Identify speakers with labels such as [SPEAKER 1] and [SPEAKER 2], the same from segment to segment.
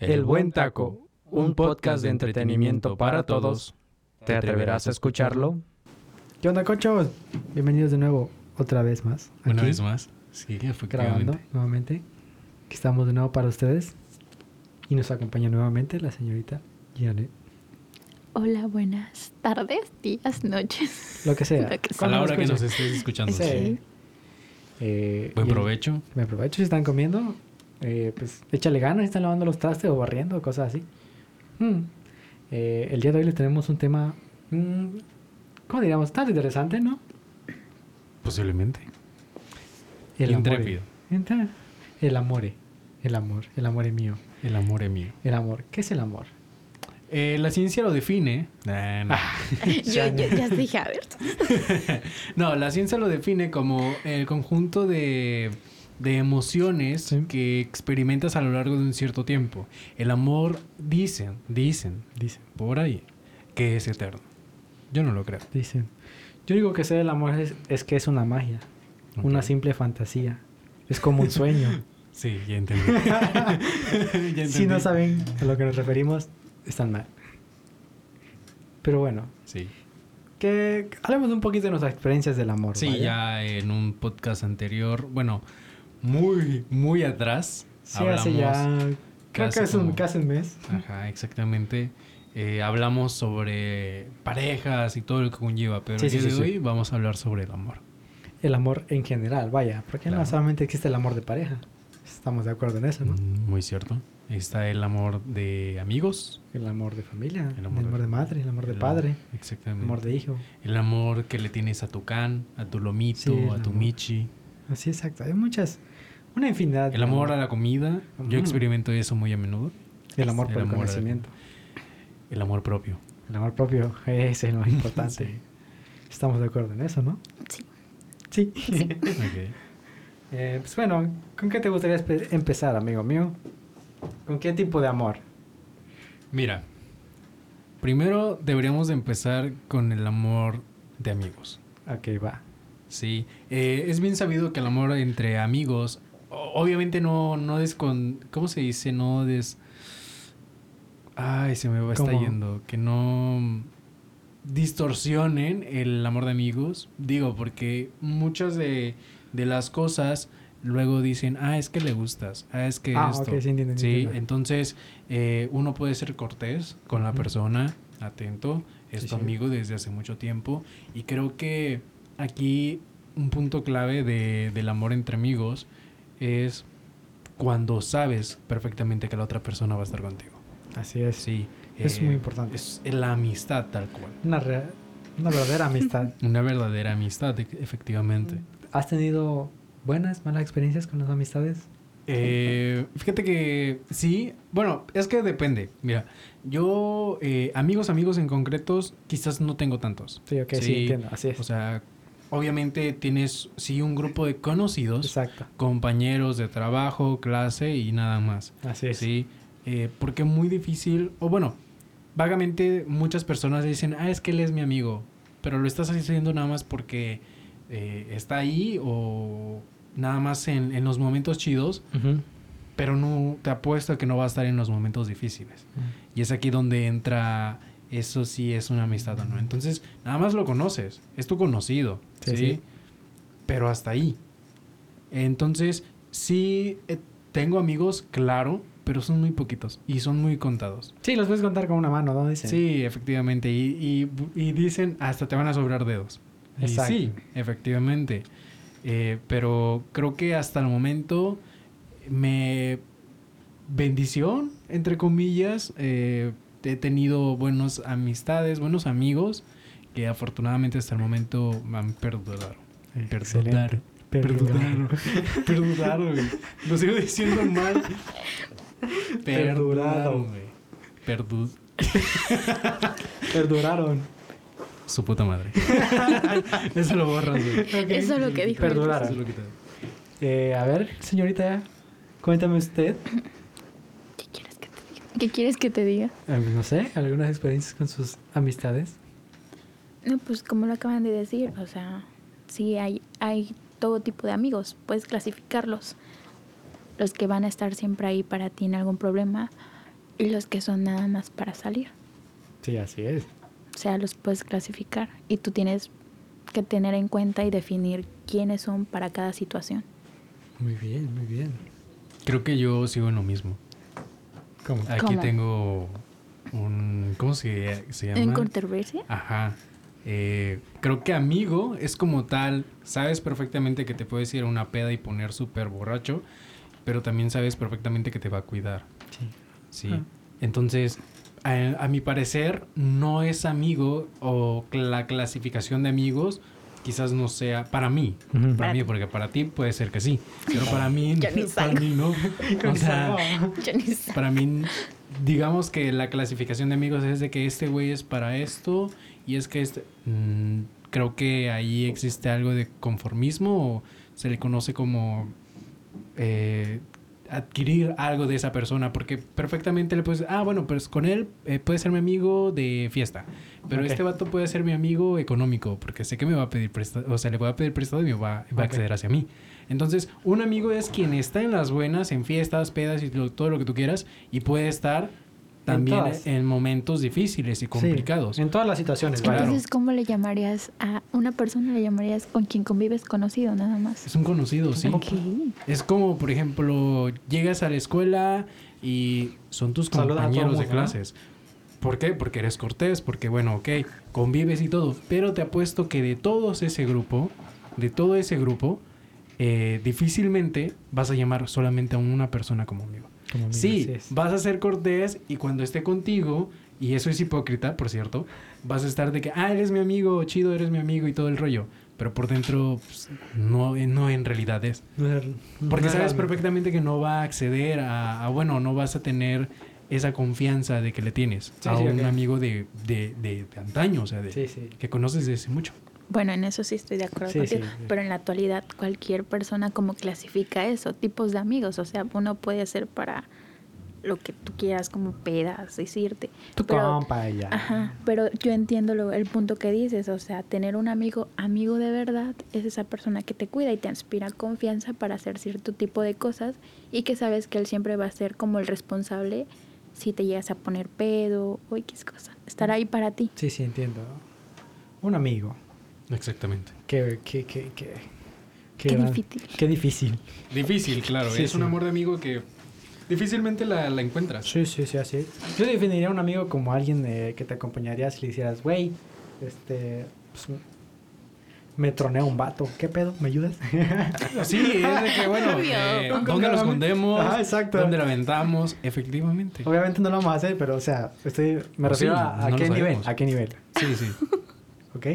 [SPEAKER 1] El Buen Taco, un podcast de entretenimiento para todos. ¿Te atreverás a escucharlo?
[SPEAKER 2] ¿Qué onda, cochos? Bienvenidos de nuevo, otra vez más.
[SPEAKER 3] Una
[SPEAKER 2] aquí,
[SPEAKER 3] vez más. Sí,
[SPEAKER 2] grabando
[SPEAKER 3] efectivamente.
[SPEAKER 2] nuevamente. Aquí estamos de nuevo para ustedes. Y nos acompaña nuevamente la señorita Janet.
[SPEAKER 4] Hola, buenas tardes, días, noches.
[SPEAKER 2] Lo que sea.
[SPEAKER 4] Lo que
[SPEAKER 3] A
[SPEAKER 4] sea.
[SPEAKER 3] la hora que nos
[SPEAKER 2] escucha?
[SPEAKER 3] estés escuchando.
[SPEAKER 2] Sí. Eh,
[SPEAKER 3] Buen
[SPEAKER 2] y-
[SPEAKER 3] provecho.
[SPEAKER 2] Buen provecho si están comiendo. eh, pues échale ganas si están lavando los trastes o barriendo, cosas así. Mm. Eh, el día de hoy les tenemos un tema, mm, ¿cómo diríamos? Tan interesante, ¿no?
[SPEAKER 3] Posiblemente.
[SPEAKER 2] El
[SPEAKER 3] Intrépido.
[SPEAKER 2] amor. El amor. El amor. El amor es mío.
[SPEAKER 3] El amor es mío.
[SPEAKER 2] El amor. ¿Qué es el amor?
[SPEAKER 3] Eh, la ciencia lo define. Ah, Nah, nah.
[SPEAKER 4] Yo, yo ya dije, a ver.
[SPEAKER 3] No, la ciencia lo define como el conjunto de, de emociones
[SPEAKER 2] Sí.
[SPEAKER 3] que experimentas a lo largo de un cierto tiempo. El amor, dicen, dicen,
[SPEAKER 2] Dicen.
[SPEAKER 3] por ahí, que es eterno. Yo no lo creo.
[SPEAKER 2] Dicen. Yo digo que ser el amor es, es que es una magia. Una
[SPEAKER 3] Ok.
[SPEAKER 2] simple fantasía. Es como un sueño.
[SPEAKER 3] Sí, ya entendí. Ya entendí.
[SPEAKER 2] si no saben a lo que nos referimos, están mal. Pero bueno,
[SPEAKER 3] Sí,
[SPEAKER 2] que hablemos un poquito de nuestras experiencias del amor.
[SPEAKER 3] Sí,
[SPEAKER 2] ¿vale?
[SPEAKER 3] ya en un podcast anterior, bueno, muy, muy atrás.
[SPEAKER 2] Sí, hace ya. Creo
[SPEAKER 3] casi
[SPEAKER 2] que es un,
[SPEAKER 3] como-
[SPEAKER 2] casi un mes.
[SPEAKER 3] Ajá, exactamente. Eh, hablamos sobre parejas y todo lo que conlleva, pero
[SPEAKER 2] Sí,
[SPEAKER 3] el
[SPEAKER 2] sí,
[SPEAKER 3] día de
[SPEAKER 2] sí, sí.
[SPEAKER 3] hoy vamos a hablar sobre el amor.
[SPEAKER 2] El amor en general, vaya. Porque no
[SPEAKER 3] Claro.
[SPEAKER 2] solamente existe el amor de pareja. Estamos de acuerdo en eso, ¿no?
[SPEAKER 3] Mm, Muy cierto. Está el amor de amigos.
[SPEAKER 2] El amor de familia,
[SPEAKER 3] El
[SPEAKER 2] el
[SPEAKER 3] amor
[SPEAKER 2] amor,
[SPEAKER 3] de-
[SPEAKER 2] de madre, el amor de
[SPEAKER 3] el
[SPEAKER 2] padre, el
[SPEAKER 3] Exactamente.
[SPEAKER 2] amor de hijo.
[SPEAKER 3] El amor que le tienes a tu can, a tu lomito,
[SPEAKER 2] Sí, el
[SPEAKER 3] a tu
[SPEAKER 2] amor.
[SPEAKER 3] michi.
[SPEAKER 2] Así exacto. Hay muchas. Una infinidad.
[SPEAKER 3] El amor a la comida.
[SPEAKER 2] Ujú.
[SPEAKER 3] Yo experimento eso muy a menudo.
[SPEAKER 2] El amor
[SPEAKER 3] el
[SPEAKER 2] por el,
[SPEAKER 3] amor al-
[SPEAKER 2] conocimiento.
[SPEAKER 3] El amor propio.
[SPEAKER 2] El amor propio. Ese es lo más importante.
[SPEAKER 3] Sí.
[SPEAKER 2] Estamos de acuerdo en eso, ¿no?
[SPEAKER 4] Sí.
[SPEAKER 2] Sí.
[SPEAKER 3] Ok.
[SPEAKER 2] Eh, pues bueno, ¿con qué te gustaría espe- empezar, amigo mío? ¿Con qué tipo de amor?
[SPEAKER 3] Mira, primero deberíamos de empezar con el amor de amigos.
[SPEAKER 2] Ok, va.
[SPEAKER 3] Sí, Eh, es bien sabido que el amor entre amigos, o- obviamente no, no descon... ¿Cómo se dice? No des... Ay, se me va, está
[SPEAKER 2] ¿Cómo?
[SPEAKER 3] yendo. Que no distorsionen el amor de amigos. Digo, porque muchas de, de las cosas luego dicen, ah, es que le gustas, ah, es que
[SPEAKER 2] Ah,
[SPEAKER 3] esto.
[SPEAKER 2] ok, sí, entiendo,
[SPEAKER 3] Sí,
[SPEAKER 2] entiendo.
[SPEAKER 3] entonces eh, uno puede ser cortés con la
[SPEAKER 2] Ujú.
[SPEAKER 3] persona, atento, es
[SPEAKER 2] Sí,
[SPEAKER 3] tu
[SPEAKER 2] sí.
[SPEAKER 3] amigo desde hace mucho tiempo y creo que aquí un punto clave de- del amor entre amigos es cuando sabes perfectamente que la otra persona va a estar contigo.
[SPEAKER 2] Así es.
[SPEAKER 3] Sí, eh,
[SPEAKER 2] Es muy importante.
[SPEAKER 3] Es la amistad tal cual.
[SPEAKER 2] Una, re- una verdadera amistad.
[SPEAKER 3] Una verdadera amistad, e- efectivamente.
[SPEAKER 2] ¿Has tenido buenas, malas experiencias con las amistades?
[SPEAKER 3] Eh, fíjate que sí, bueno, es que depende. Mira, yo eh, amigos, amigos en concretos, quizás no tengo tantos.
[SPEAKER 2] Sí, ok, sí,
[SPEAKER 3] Sí,
[SPEAKER 2] entiendo. Así es.
[SPEAKER 3] O sea, obviamente tienes sí un grupo de conocidos,
[SPEAKER 2] Exacto.
[SPEAKER 3] compañeros de trabajo, clase y nada más.
[SPEAKER 2] Así es.
[SPEAKER 3] Sí, eh, porque muy difícil, o bueno, vagamente muchas personas dicen, ah, es que él es mi amigo, pero lo estás haciendo nada más porque eh, está ahí o nada más en, en los momentos chidos,
[SPEAKER 2] Ujú.
[SPEAKER 3] pero no te apuesto a que no va a estar en los momentos difíciles. Y es aquí donde entra eso sí es una amistad o no. Entonces, nada más lo conoces, es tu conocido,
[SPEAKER 2] Sí,
[SPEAKER 3] ¿sí?
[SPEAKER 2] sí.
[SPEAKER 3] Pero hasta ahí. Entonces, sí eh, tengo amigos, claro, pero son muy poquitos y son muy contados.
[SPEAKER 2] Sí, los puedes contar con una mano, ¿no?
[SPEAKER 3] Sí,
[SPEAKER 2] Dicen.
[SPEAKER 3] efectivamente. Y, y- y dicen, hasta te van a sobrar dedos. Y
[SPEAKER 2] Exacto.
[SPEAKER 3] sí, efectivamente. Eh, pero creo que hasta el momento me bendición, entre comillas. eh, he tenido buenas amistades, buenos amigos, que afortunadamente hasta el momento me han perdurado.
[SPEAKER 2] Excelente.
[SPEAKER 3] Perduraron. Perduraron, güey. Lo sigo diciendo mal. Perduraron,
[SPEAKER 2] Perduraron.
[SPEAKER 3] güey. Perdu-
[SPEAKER 2] Perduraron.
[SPEAKER 3] Su puta madre. Eso lo borras, güey.
[SPEAKER 4] Eso es lo que dijo.
[SPEAKER 2] Perdura.
[SPEAKER 3] Eso lo quitas.
[SPEAKER 2] Eh, a ver, señorita, cuéntame usted,
[SPEAKER 4] ¿Qué quieres que te diga? ¿Qué quieres que te diga?
[SPEAKER 2] eh, no sé, algunas experiencias con sus amistades.
[SPEAKER 4] No, pues como lo acaban de decir, o sea, sí hay, hay todo tipo de amigos, puedes clasificarlos. Los que van a estar siempre ahí para ti en algún problema, y los que son nada más para salir.
[SPEAKER 2] Sí, así es.
[SPEAKER 4] O sea, los puedes clasificar y tú tienes que tener en cuenta y definir quiénes son para cada situación.
[SPEAKER 2] Muy bien, muy bien.
[SPEAKER 3] Creo que yo sigo en lo mismo.
[SPEAKER 2] ¿Cómo?
[SPEAKER 3] Aquí
[SPEAKER 4] ¿Cómo?
[SPEAKER 3] tengo un... ¿Cómo se, se llama?
[SPEAKER 4] ¿En controversia?
[SPEAKER 3] Ajá. Eh, creo que amigo es como tal, sabes perfectamente que te puedes ir a una peda y poner súper borracho, pero también sabes perfectamente que te va a cuidar.
[SPEAKER 2] Sí.
[SPEAKER 3] Sí. Entonces, a, a mi parecer, no es amigo o cl- la clasificación de amigos quizás no sea para mí.
[SPEAKER 2] Ujú.
[SPEAKER 3] Para
[SPEAKER 4] Para
[SPEAKER 3] mí,
[SPEAKER 4] ti.
[SPEAKER 3] porque para ti puede ser que sí, pero para mí,
[SPEAKER 4] Yo ni
[SPEAKER 3] para
[SPEAKER 4] salgo.
[SPEAKER 3] mí no. O sea,
[SPEAKER 4] Yo ni sé.
[SPEAKER 3] para mí, digamos que la clasificación de amigos es de que este güey es para esto y es que este... Mm, creo que ahí existe algo de conformismo o se le conoce como eh, adquirir algo de esa persona porque perfectamente le puedes... Ah, bueno, pues con él eh, puede ser mi amigo de fiesta, pero
[SPEAKER 2] Ok.
[SPEAKER 3] este vato puede ser mi amigo económico porque sé que me va a pedir prestado, o sea, le voy a pedir prestado y me va, va a
[SPEAKER 2] Ok.
[SPEAKER 3] acceder hacia mí. Entonces, un amigo es quien está en las buenas, en fiestas, pedas y lo- todo lo que tú quieras, y puede estar también
[SPEAKER 2] todas.
[SPEAKER 3] en, momentos difíciles y complicados.
[SPEAKER 2] Sí, en todas las situaciones,
[SPEAKER 3] Claro.
[SPEAKER 2] vaya.
[SPEAKER 4] Entonces, ¿cómo le llamarías a una persona? Le llamarías con quien convives conocido, nada más.
[SPEAKER 3] Es un conocido, sí.
[SPEAKER 4] Ok.
[SPEAKER 3] Es como, por ejemplo, llegas a la escuela y son tus
[SPEAKER 2] Saludas a todo
[SPEAKER 3] compañeros de
[SPEAKER 2] mundo, ¿no?
[SPEAKER 3] clases. ¿Por qué? Porque eres cortés, porque bueno, ok, convives y todo. Pero te apuesto que de todos ese grupo, de todo ese grupo, eh, difícilmente vas a llamar solamente a una persona como amigo.
[SPEAKER 2] Como amigo, así
[SPEAKER 3] Sí,
[SPEAKER 2] es.
[SPEAKER 3] vas a ser cortés y cuando esté contigo, y eso es hipócrita, por cierto, vas a estar de que, ah, eres mi amigo, chido, eres mi amigo y todo el rollo. Pero por dentro, pues, no, no en realidad es. Porque sabes perfectamente que no va a acceder a, a, bueno, no vas a tener esa confianza de que le tienes
[SPEAKER 2] Sí,
[SPEAKER 3] a
[SPEAKER 2] sí,
[SPEAKER 3] un
[SPEAKER 2] ok.
[SPEAKER 3] amigo de, de, de- de antaño, o sea, de,
[SPEAKER 2] Sí, sí.
[SPEAKER 3] que conoces desde mucho.
[SPEAKER 4] Bueno, en eso sí estoy de acuerdo
[SPEAKER 2] Sí,
[SPEAKER 4] contigo.
[SPEAKER 2] sí, sí.
[SPEAKER 4] Pero en la actualidad, cualquier persona, ¿cómo clasifica eso? Tipos de amigos. O sea, uno puede ser para lo que tú quieras, como pedas, decirte.
[SPEAKER 2] Tu
[SPEAKER 4] Pero-
[SPEAKER 2] compa ya.
[SPEAKER 4] Ajá, pero yo entiendo lo- el punto que dices, o sea, tener un amigo, amigo de verdad, es esa persona que te cuida y te inspira confianza para hacer cierto tipo de cosas y que sabes que él siempre va a ser como el responsable si te llegas a poner pedo o X cosa. Estar ahí para ti.
[SPEAKER 2] Sí, sí, entiendo. Un amigo.
[SPEAKER 3] Exactamente.
[SPEAKER 2] Qué, qué, qué, qué,
[SPEAKER 4] Qué
[SPEAKER 2] gran-
[SPEAKER 4] difícil.
[SPEAKER 2] Qué difícil.
[SPEAKER 3] Difícil, claro.
[SPEAKER 2] Sí,
[SPEAKER 3] es un
[SPEAKER 2] sí.
[SPEAKER 3] amor de amigo que difícilmente la, la encuentras.
[SPEAKER 2] Sí, sí, sí, así es. Yo definiría a un amigo como alguien eh, que te acompañaría si le dijeras, güey, este, pues, me troné un vato. ¿Qué pedo? ¿Me ayudas?
[SPEAKER 3] Sí, es de que, bueno,
[SPEAKER 4] Obvio.
[SPEAKER 3] eh, ¿dónde lo escondemos?
[SPEAKER 2] Ah, exacto.
[SPEAKER 3] ¿Dónde lo aventamos? Efectivamente.
[SPEAKER 2] Obviamente no lo vamos a hacer, pero, o sea, estoy, me
[SPEAKER 3] Pues
[SPEAKER 2] refiero
[SPEAKER 3] sí,
[SPEAKER 2] a,
[SPEAKER 3] no
[SPEAKER 2] a
[SPEAKER 3] lo
[SPEAKER 2] qué nivel.
[SPEAKER 3] sabemos.
[SPEAKER 2] ¿A qué nivel?
[SPEAKER 3] Sí, sí.
[SPEAKER 2] ¿Ok?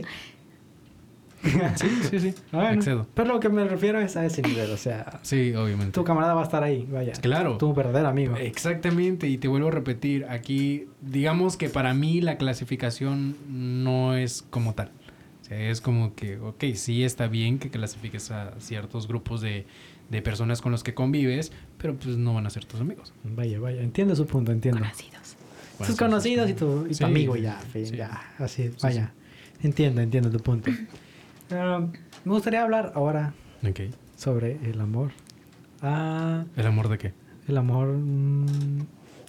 [SPEAKER 3] Sí, sí, sí.
[SPEAKER 2] Bueno,
[SPEAKER 3] Accedo.
[SPEAKER 2] pero lo que me refiero es a ese nivel, o sea,
[SPEAKER 3] Sí, obviamente.
[SPEAKER 2] tu camarada va a estar ahí, vaya.
[SPEAKER 3] Claro.
[SPEAKER 2] Tu verdadero amigo.
[SPEAKER 3] Exactamente, y te vuelvo a repetir, aquí digamos que para mí la clasificación no es como tal. O sea, es como que, ok, sí está bien que clasifiques a ciertos grupos de, de personas con los que convives, pero pues no van a ser tus amigos.
[SPEAKER 2] Vaya, vaya, entiendo su punto, entiendo.
[SPEAKER 4] Conocidos.
[SPEAKER 3] Van a
[SPEAKER 2] tus
[SPEAKER 3] ser
[SPEAKER 2] conocidos y tu, y tu
[SPEAKER 3] Sí,
[SPEAKER 2] amigo
[SPEAKER 3] sí,
[SPEAKER 2] ya,
[SPEAKER 3] sí,
[SPEAKER 2] fin,
[SPEAKER 3] sí.
[SPEAKER 2] ya, así, vaya. Entiendo, entiendo tu punto. Um, me gustaría hablar ahora
[SPEAKER 3] Ok.
[SPEAKER 2] sobre el amor. Ah,
[SPEAKER 3] ¿El amor de qué?
[SPEAKER 2] el amor mm,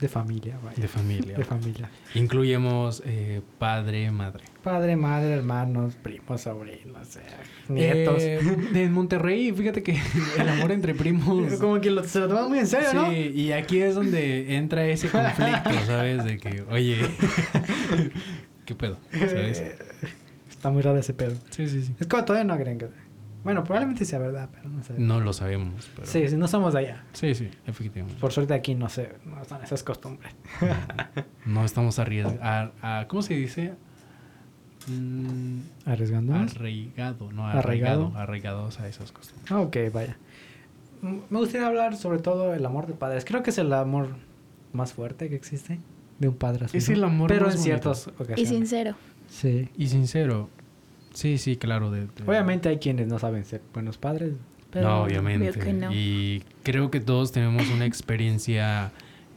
[SPEAKER 2] de familia, vaya.
[SPEAKER 3] De familia.
[SPEAKER 2] De familia.
[SPEAKER 3] Incluyemos eh, padre, madre.
[SPEAKER 2] Padre, madre, hermanos, primos, sobrinos, eh, nietos.
[SPEAKER 3] Eh, de Monterrey, fíjate que el amor entre primos...
[SPEAKER 2] Como que lo- se lo toman muy en serio,
[SPEAKER 3] Sí,
[SPEAKER 2] ¿no? Eh,
[SPEAKER 3] y aquí es donde entra ese conflicto, ¿sabes? De que, oye, ¿qué pedo? ¿Sabes?
[SPEAKER 2] Eh, Está muy raro ese pedo.
[SPEAKER 3] Sí, sí, sí.
[SPEAKER 2] Es como todavía no creen que... Bueno, probablemente sea verdad, pero no sé.
[SPEAKER 3] No lo sabemos, pero...
[SPEAKER 2] Sí, sí, no somos de allá.
[SPEAKER 3] Sí, sí, efectivamente.
[SPEAKER 2] Por suerte aquí no sé, no están esas costumbres.
[SPEAKER 3] No estamos arriesgados. ¿Cómo se dice? Mm,
[SPEAKER 2] ¿Arriesgando? más?
[SPEAKER 3] arraigado, no,
[SPEAKER 2] Arraigado.
[SPEAKER 3] arraigado. Arraigados a esas costumbres.
[SPEAKER 2] Ah, Ok, vaya. M- Me gustaría hablar sobre todo el amor de padres. Creo que es el amor más fuerte que existe de un padre. a su
[SPEAKER 3] Es
[SPEAKER 2] hijo,
[SPEAKER 3] el amor
[SPEAKER 2] Pero
[SPEAKER 3] más
[SPEAKER 2] en ciertas
[SPEAKER 4] Y
[SPEAKER 2] ocasiones.
[SPEAKER 4] sincero.
[SPEAKER 2] Sí.
[SPEAKER 3] Y sincero, sí, sí, claro. de- de-
[SPEAKER 2] Obviamente hay quienes no saben ser buenos padres. Pero
[SPEAKER 3] no, obviamente.
[SPEAKER 4] Veo que no.
[SPEAKER 3] Y creo que todos tenemos una experiencia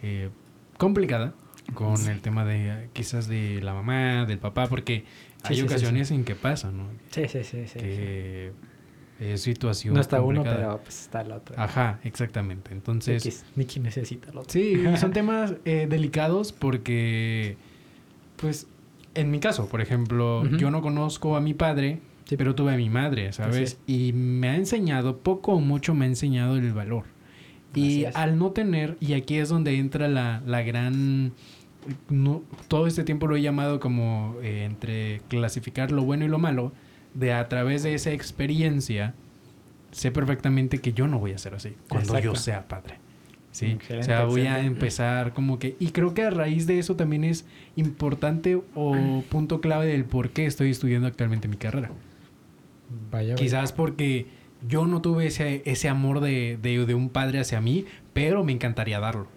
[SPEAKER 3] eh, complicada con el tema de eh, quizás de la mamá, del papá, porque
[SPEAKER 2] Sí,
[SPEAKER 3] hay
[SPEAKER 2] sí, sí,
[SPEAKER 3] ocasiones en que pasa, ¿no?
[SPEAKER 2] Sí, sí, sí. sí, sí.
[SPEAKER 3] que eh, situación.
[SPEAKER 2] No está uno,
[SPEAKER 3] complicada.
[SPEAKER 2] pero pues está el otro.
[SPEAKER 3] Ajá, exactamente. Entonces,
[SPEAKER 2] X, Nicky necesita el otro.
[SPEAKER 3] Sí, son temas eh, delicados porque, pues, en mi caso, por ejemplo,
[SPEAKER 2] Ujú.
[SPEAKER 3] yo no conozco a mi padre,
[SPEAKER 2] Sí.
[SPEAKER 3] pero tuve a mi madre, ¿sabes? Y me ha enseñado, poco o mucho me ha enseñado el valor.
[SPEAKER 2] Así
[SPEAKER 3] Y
[SPEAKER 2] es.
[SPEAKER 3] al no tener, y aquí es donde entra la, la gran... no- todo este tiempo lo he llamado como eh, entre clasificar lo bueno y lo malo, de a través de esa experiencia, sé perfectamente que yo no voy a ser así cuando yo
[SPEAKER 2] Exacto.
[SPEAKER 3] sea padre. Sí, o
[SPEAKER 2] Excelente,
[SPEAKER 3] sea, voy a
[SPEAKER 2] excelente.
[SPEAKER 3] empezar como que... Y creo que a raíz de eso también es importante o punto clave del por qué estoy estudiando actualmente mi carrera.
[SPEAKER 2] Vaya, vaya.
[SPEAKER 3] Quizás porque yo no tuve ese, ese amor de, de- de un padre hacia mí, pero me encantaría darlo.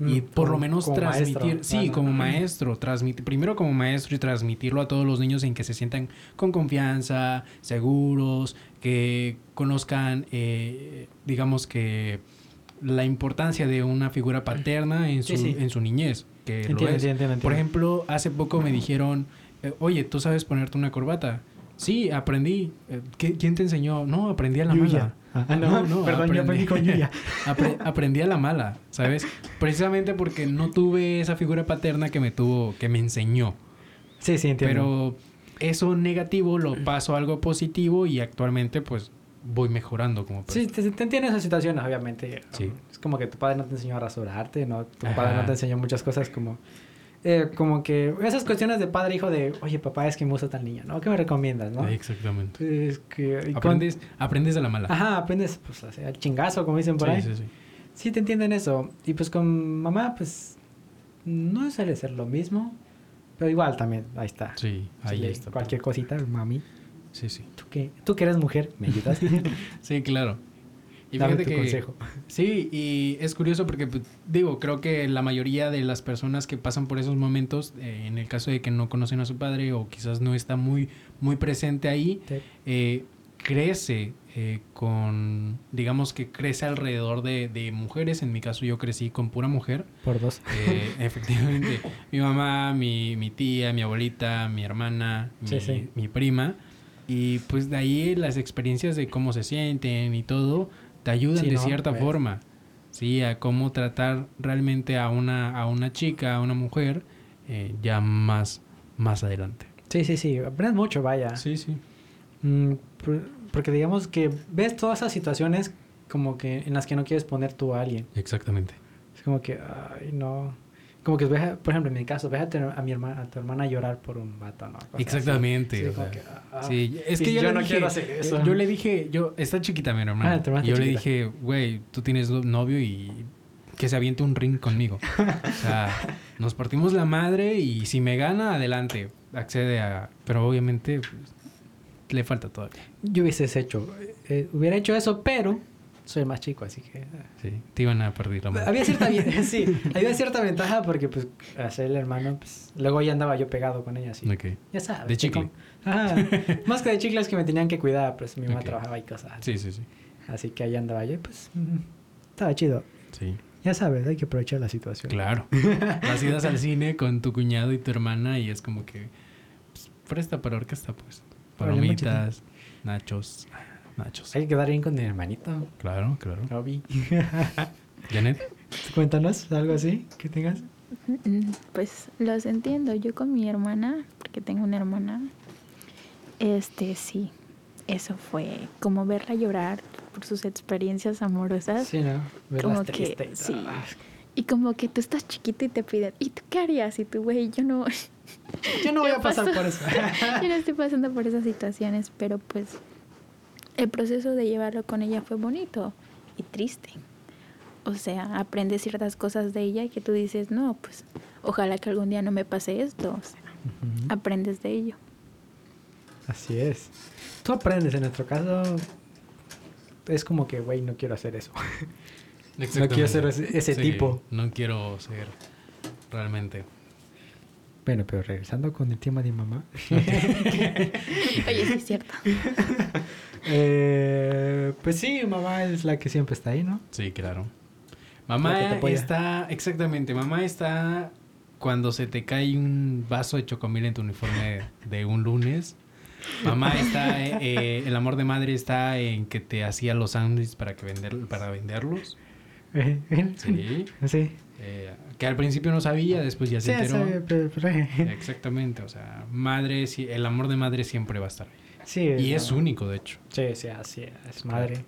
[SPEAKER 3] Y
[SPEAKER 2] Mm,
[SPEAKER 3] por lo
[SPEAKER 2] como-
[SPEAKER 3] menos
[SPEAKER 2] como
[SPEAKER 3] transmitir,
[SPEAKER 2] maestro,
[SPEAKER 3] sí,
[SPEAKER 2] bueno.
[SPEAKER 3] como maestro, transmitir, primero como maestro y transmitirlo a todos los niños en que se sientan con confianza, seguros, que conozcan, eh, digamos que la importancia de una figura paterna en su,
[SPEAKER 2] Sí, sí.
[SPEAKER 3] En su niñez, que lo
[SPEAKER 2] Entiendo,
[SPEAKER 3] es.
[SPEAKER 2] entiendo, entiendo.
[SPEAKER 3] Por ejemplo, hace poco me dijeron, eh, oye, ¿tú sabes ponerte una corbata? Sí, aprendí. Eh, ¿qué- ¿Quién te enseñó? No, aprendí a la mala.
[SPEAKER 2] Yuya. Ah, no, perdón, yo aprendí con Yuya.
[SPEAKER 3] Apre- aprendí a la mala, ¿sabes? Precisamente porque no tuve esa figura paterna que me tuvo, que me enseñó.
[SPEAKER 2] Sí, sí, entiendo.
[SPEAKER 3] Pero eso negativo lo paso a algo positivo y actualmente pues voy mejorando como
[SPEAKER 2] Sí,
[SPEAKER 3] persona.
[SPEAKER 2] te, te entiendo esas situaciones, obviamente.
[SPEAKER 3] Sí.
[SPEAKER 2] Es como que tu padre no te enseñó a rasurarte, ¿no? Tu
[SPEAKER 3] Ajá.
[SPEAKER 2] padre no te enseñó muchas cosas como... eh, como que esas cuestiones de padre hijo de, oye, papá, es que me gusta tal niño, ¿no? ¿Qué me recomiendas, no?
[SPEAKER 3] Exactamente.
[SPEAKER 2] Es que... y con-
[SPEAKER 3] Aprendes, aprendes a la mala.
[SPEAKER 2] Ajá, aprendes, pues, o sea, al chingazo, como dicen por
[SPEAKER 3] Sí,
[SPEAKER 2] ahí.
[SPEAKER 3] sí, sí.
[SPEAKER 2] Sí, te entienden eso. Y pues con mamá, pues, no suele ser lo mismo, pero igual también, ahí está.
[SPEAKER 3] Sí, ahí
[SPEAKER 2] Sí,
[SPEAKER 3] está.
[SPEAKER 2] Cualquier cosita, mami,
[SPEAKER 3] Sí, sí.
[SPEAKER 2] ¿tú, qué? tú que eres mujer, ¿me ayudas?
[SPEAKER 3] Sí, claro. Y
[SPEAKER 2] Dame
[SPEAKER 3] fíjate
[SPEAKER 2] tu
[SPEAKER 3] que-
[SPEAKER 2] consejo.
[SPEAKER 3] Sí, y es curioso porque, pues, digo, creo que la mayoría de las personas que pasan por esos momentos, eh, en el caso de que no conocen a su padre o quizás no está muy, muy presente ahí,
[SPEAKER 2] Sí.
[SPEAKER 3] eh, crece eh, con, digamos que crece alrededor de, de mujeres. En mi caso yo crecí con pura mujer.
[SPEAKER 2] Por dos.
[SPEAKER 3] Eh, efectivamente, mi mamá, mi, mi tía, mi abuelita, mi hermana, mi,
[SPEAKER 2] Sí, sí.
[SPEAKER 3] mi prima. Y pues de ahí las experiencias de cómo se sienten y todo te ayudan
[SPEAKER 2] Sí,
[SPEAKER 3] de
[SPEAKER 2] ¿no?
[SPEAKER 3] cierta
[SPEAKER 2] Pues.
[SPEAKER 3] forma. Sí, a cómo tratar realmente a una, a una chica, a una mujer, eh, ya más, más adelante.
[SPEAKER 2] Sí, sí, sí, aprendes mucho, vaya.
[SPEAKER 3] Sí, sí.
[SPEAKER 2] Mm, por- porque digamos que ves todas esas situaciones como que en las que no quieres poner tú a alguien.
[SPEAKER 3] Exactamente.
[SPEAKER 2] Es como que, ay, no. Como que, ves a- por ejemplo, en mi caso, ves a tu, a mi hermana, a tu hermana llorar por un vato, ¿no? Cosas así.
[SPEAKER 3] Exactamente.
[SPEAKER 2] Sí,
[SPEAKER 3] o
[SPEAKER 2] como
[SPEAKER 3] sea.
[SPEAKER 2] que, ah,
[SPEAKER 3] Sí, es
[SPEAKER 2] y
[SPEAKER 3] que yo,
[SPEAKER 2] yo
[SPEAKER 3] le
[SPEAKER 2] no
[SPEAKER 3] dije-
[SPEAKER 2] quiero hacer eso.
[SPEAKER 3] eh, Yo le dije, yo, está chiquita mi hermana.
[SPEAKER 2] Ah, tu hermana
[SPEAKER 3] y yo
[SPEAKER 2] está
[SPEAKER 3] le
[SPEAKER 2] chiquita.
[SPEAKER 3] dije, güey, tú tienes lo- novio y que se aviente un ring conmigo. o sea, nos partimos la madre y si me gana, adelante, accede a... Pero obviamente pues, le falta todavía.
[SPEAKER 2] Yo hubiese hecho, eh, hubiera hecho eso, pero soy más chico, así que... ah.
[SPEAKER 3] Sí, te iban a perder la madre.
[SPEAKER 2] Había cierta, vi- sí, había cierta ventaja porque, pues, al ser el hermano, pues, luego ya andaba yo pegado con ella, así.
[SPEAKER 3] Ok.
[SPEAKER 2] Ya sabes.
[SPEAKER 3] De
[SPEAKER 2] que
[SPEAKER 3] chicle.
[SPEAKER 2] con- Ajá. Más que de chicle es que me tenían que cuidar, pues mi mamá
[SPEAKER 3] Ok.
[SPEAKER 2] trabajaba y cosas. así.
[SPEAKER 3] Sí, sí, sí.
[SPEAKER 2] Así que ahí andaba yo y pues mm, estaba chido.
[SPEAKER 3] Sí,
[SPEAKER 2] Ya sabes, hay que aprovechar la situación.
[SPEAKER 3] claro. Las idas al cine con tu cuñado y tu hermana y es como que... pues, presta para orquesta, pues.
[SPEAKER 2] Órale, machete.
[SPEAKER 3] Palomitas, nachos, nachos.
[SPEAKER 2] Hay que quedar bien con el hermanito,
[SPEAKER 3] Claro, claro.
[SPEAKER 2] Robbie.
[SPEAKER 3] Janet.
[SPEAKER 2] Cuéntanos algo así que tengas.
[SPEAKER 4] Mm, Pues los entiendo. Yo con mi hermana, porque tengo una hermana, este sí, eso fue como verla llorar por sus experiencias amorosas.
[SPEAKER 2] Sí, ¿no? Verlas
[SPEAKER 4] ¿Eh? Como que,
[SPEAKER 2] triste y todo. Ah,
[SPEAKER 4] sí. Y como que tú estás chiquito y te piden, ¿y tú qué harías? Y tú, güey, yo no, yo
[SPEAKER 2] Yo no voy a
[SPEAKER 4] Yo
[SPEAKER 2] pasar
[SPEAKER 4] paso.
[SPEAKER 2] por eso.
[SPEAKER 4] no estoy pasando por esas situaciones, pero pues el proceso de llevarlo con ella fue bonito y triste. O sea, aprendes ciertas cosas de ella que tú dices, no, pues ojalá que algún día no me pase esto. O sea,
[SPEAKER 2] Ujú.
[SPEAKER 4] aprendes de ello.
[SPEAKER 2] Así es. Tú aprendes, en nuestro caso es como que, güey, no quiero hacer eso. No quiero ser ese- ese tipo.
[SPEAKER 3] No quiero ser realmente.
[SPEAKER 2] Bueno, pero regresando con el tema de mamá.
[SPEAKER 4] Oye, sí es cierto.
[SPEAKER 2] Eh, pues sí, mamá es la que siempre está ahí, ¿no?
[SPEAKER 3] Sí, claro.
[SPEAKER 2] La que te
[SPEAKER 3] Mamá
[SPEAKER 2] apoya.
[SPEAKER 3] está, exactamente, mamá está cuando se te cae un vaso de chocomil en tu uniforme de un lunes. Mamá está, eh, eh, el amor de madre está en que te hacía los sándwiches para que vender, para venderlos. Sí.
[SPEAKER 2] Sí.
[SPEAKER 3] Eh, que al principio no sabía, después ya
[SPEAKER 2] Sí,
[SPEAKER 3] se
[SPEAKER 2] sí,
[SPEAKER 3] enteró.
[SPEAKER 2] pero- pero-
[SPEAKER 3] Exactamente, o sea, madre, sí, el amor de madre siempre va a estar ahí.
[SPEAKER 2] sí,
[SPEAKER 3] Y
[SPEAKER 2] no.
[SPEAKER 3] es único, de hecho.
[SPEAKER 2] Sí, sí, así es, madre.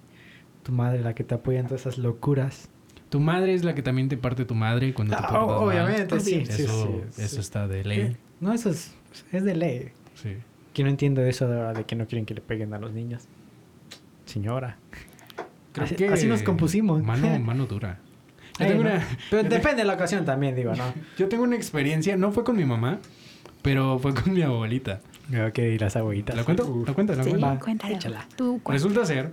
[SPEAKER 2] Tu madre la que te apoya en todas esas locuras.
[SPEAKER 3] Tu madre es la que también te parte tu madre cuando te
[SPEAKER 2] Ah,
[SPEAKER 3] portas mal.
[SPEAKER 2] obviamente, sí, sí,
[SPEAKER 3] Eso,
[SPEAKER 2] sí,
[SPEAKER 3] eso
[SPEAKER 2] sí.
[SPEAKER 3] está de ley.
[SPEAKER 2] No, eso es, es de ley.
[SPEAKER 3] Sí.
[SPEAKER 2] Que no entiendo eso de ahora de que no quieren que le peguen a los niños. Señora.
[SPEAKER 3] Creo
[SPEAKER 2] Así-
[SPEAKER 3] que
[SPEAKER 2] así nos compusimos.
[SPEAKER 3] Mano, mano dura. Yo
[SPEAKER 2] Ay,
[SPEAKER 3] tengo,
[SPEAKER 2] no.
[SPEAKER 3] una,
[SPEAKER 2] Pero depende de la ocasión también, digo, ¿no?
[SPEAKER 3] yo tengo una experiencia, no fue con mi mamá, pero fue con mi abuelita.
[SPEAKER 2] Ok, las abuelitas.
[SPEAKER 3] ¿La cuento?
[SPEAKER 2] Uf.
[SPEAKER 3] ¿La cuento? ¿La
[SPEAKER 4] Sí,
[SPEAKER 3] cuento?
[SPEAKER 2] Va,
[SPEAKER 4] cuéntalo.
[SPEAKER 2] échala.
[SPEAKER 4] Tú cuéntalo.
[SPEAKER 3] Resulta ser,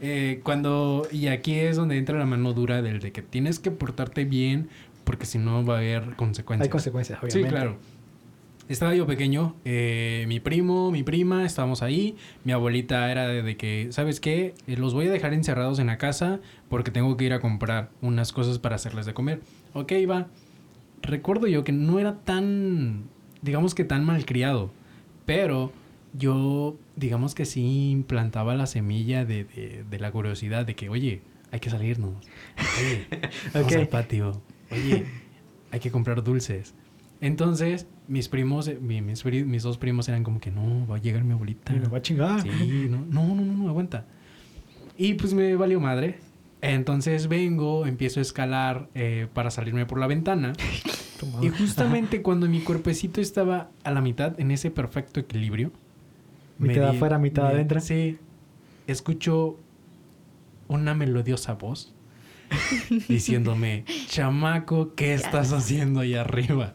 [SPEAKER 3] eh, cuando, y aquí es donde entra la mano dura del de que tienes que portarte bien porque si no va a haber consecuencias.
[SPEAKER 2] Hay consecuencias,
[SPEAKER 3] Sí,
[SPEAKER 2] obviamente.
[SPEAKER 3] claro. Estaba yo pequeño, eh, mi primo, mi prima, estábamos ahí. Mi abuelita era de, de que, ¿sabes qué? Eh, Los voy a dejar encerrados en la casa porque tengo que ir a comprar unas cosas para hacerles de comer. Ok, va. Recuerdo yo que no era tan, digamos que tan malcriado, pero yo, digamos que sí implantaba la semilla de, de- de la curiosidad de que, oye, hay que salirnos. Oye, vamos
[SPEAKER 2] Ok.
[SPEAKER 3] al patio. Oye, hay que comprar dulces. Entonces, mis primos, eh, mi- mis, pri- mis dos primos eran como que no, va a llegar mi abuelita.
[SPEAKER 2] Me lo va a chingar.
[SPEAKER 3] Sí, no, no, no, no, no, aguanta. Y pues me valió madre. Entonces vengo, empiezo a escalar eh, para salirme por la ventana.
[SPEAKER 2] Tu madre.
[SPEAKER 3] Y justamente cuando mi cuerpecito estaba a la mitad, en ese perfecto equilibrio.
[SPEAKER 2] Mitad
[SPEAKER 3] di-
[SPEAKER 2] afuera, mitad
[SPEAKER 3] me-
[SPEAKER 2] adentro.
[SPEAKER 3] Sí. Escucho una melodiosa voz diciéndome, chamaco, ¿qué estás haciendo ahí arriba?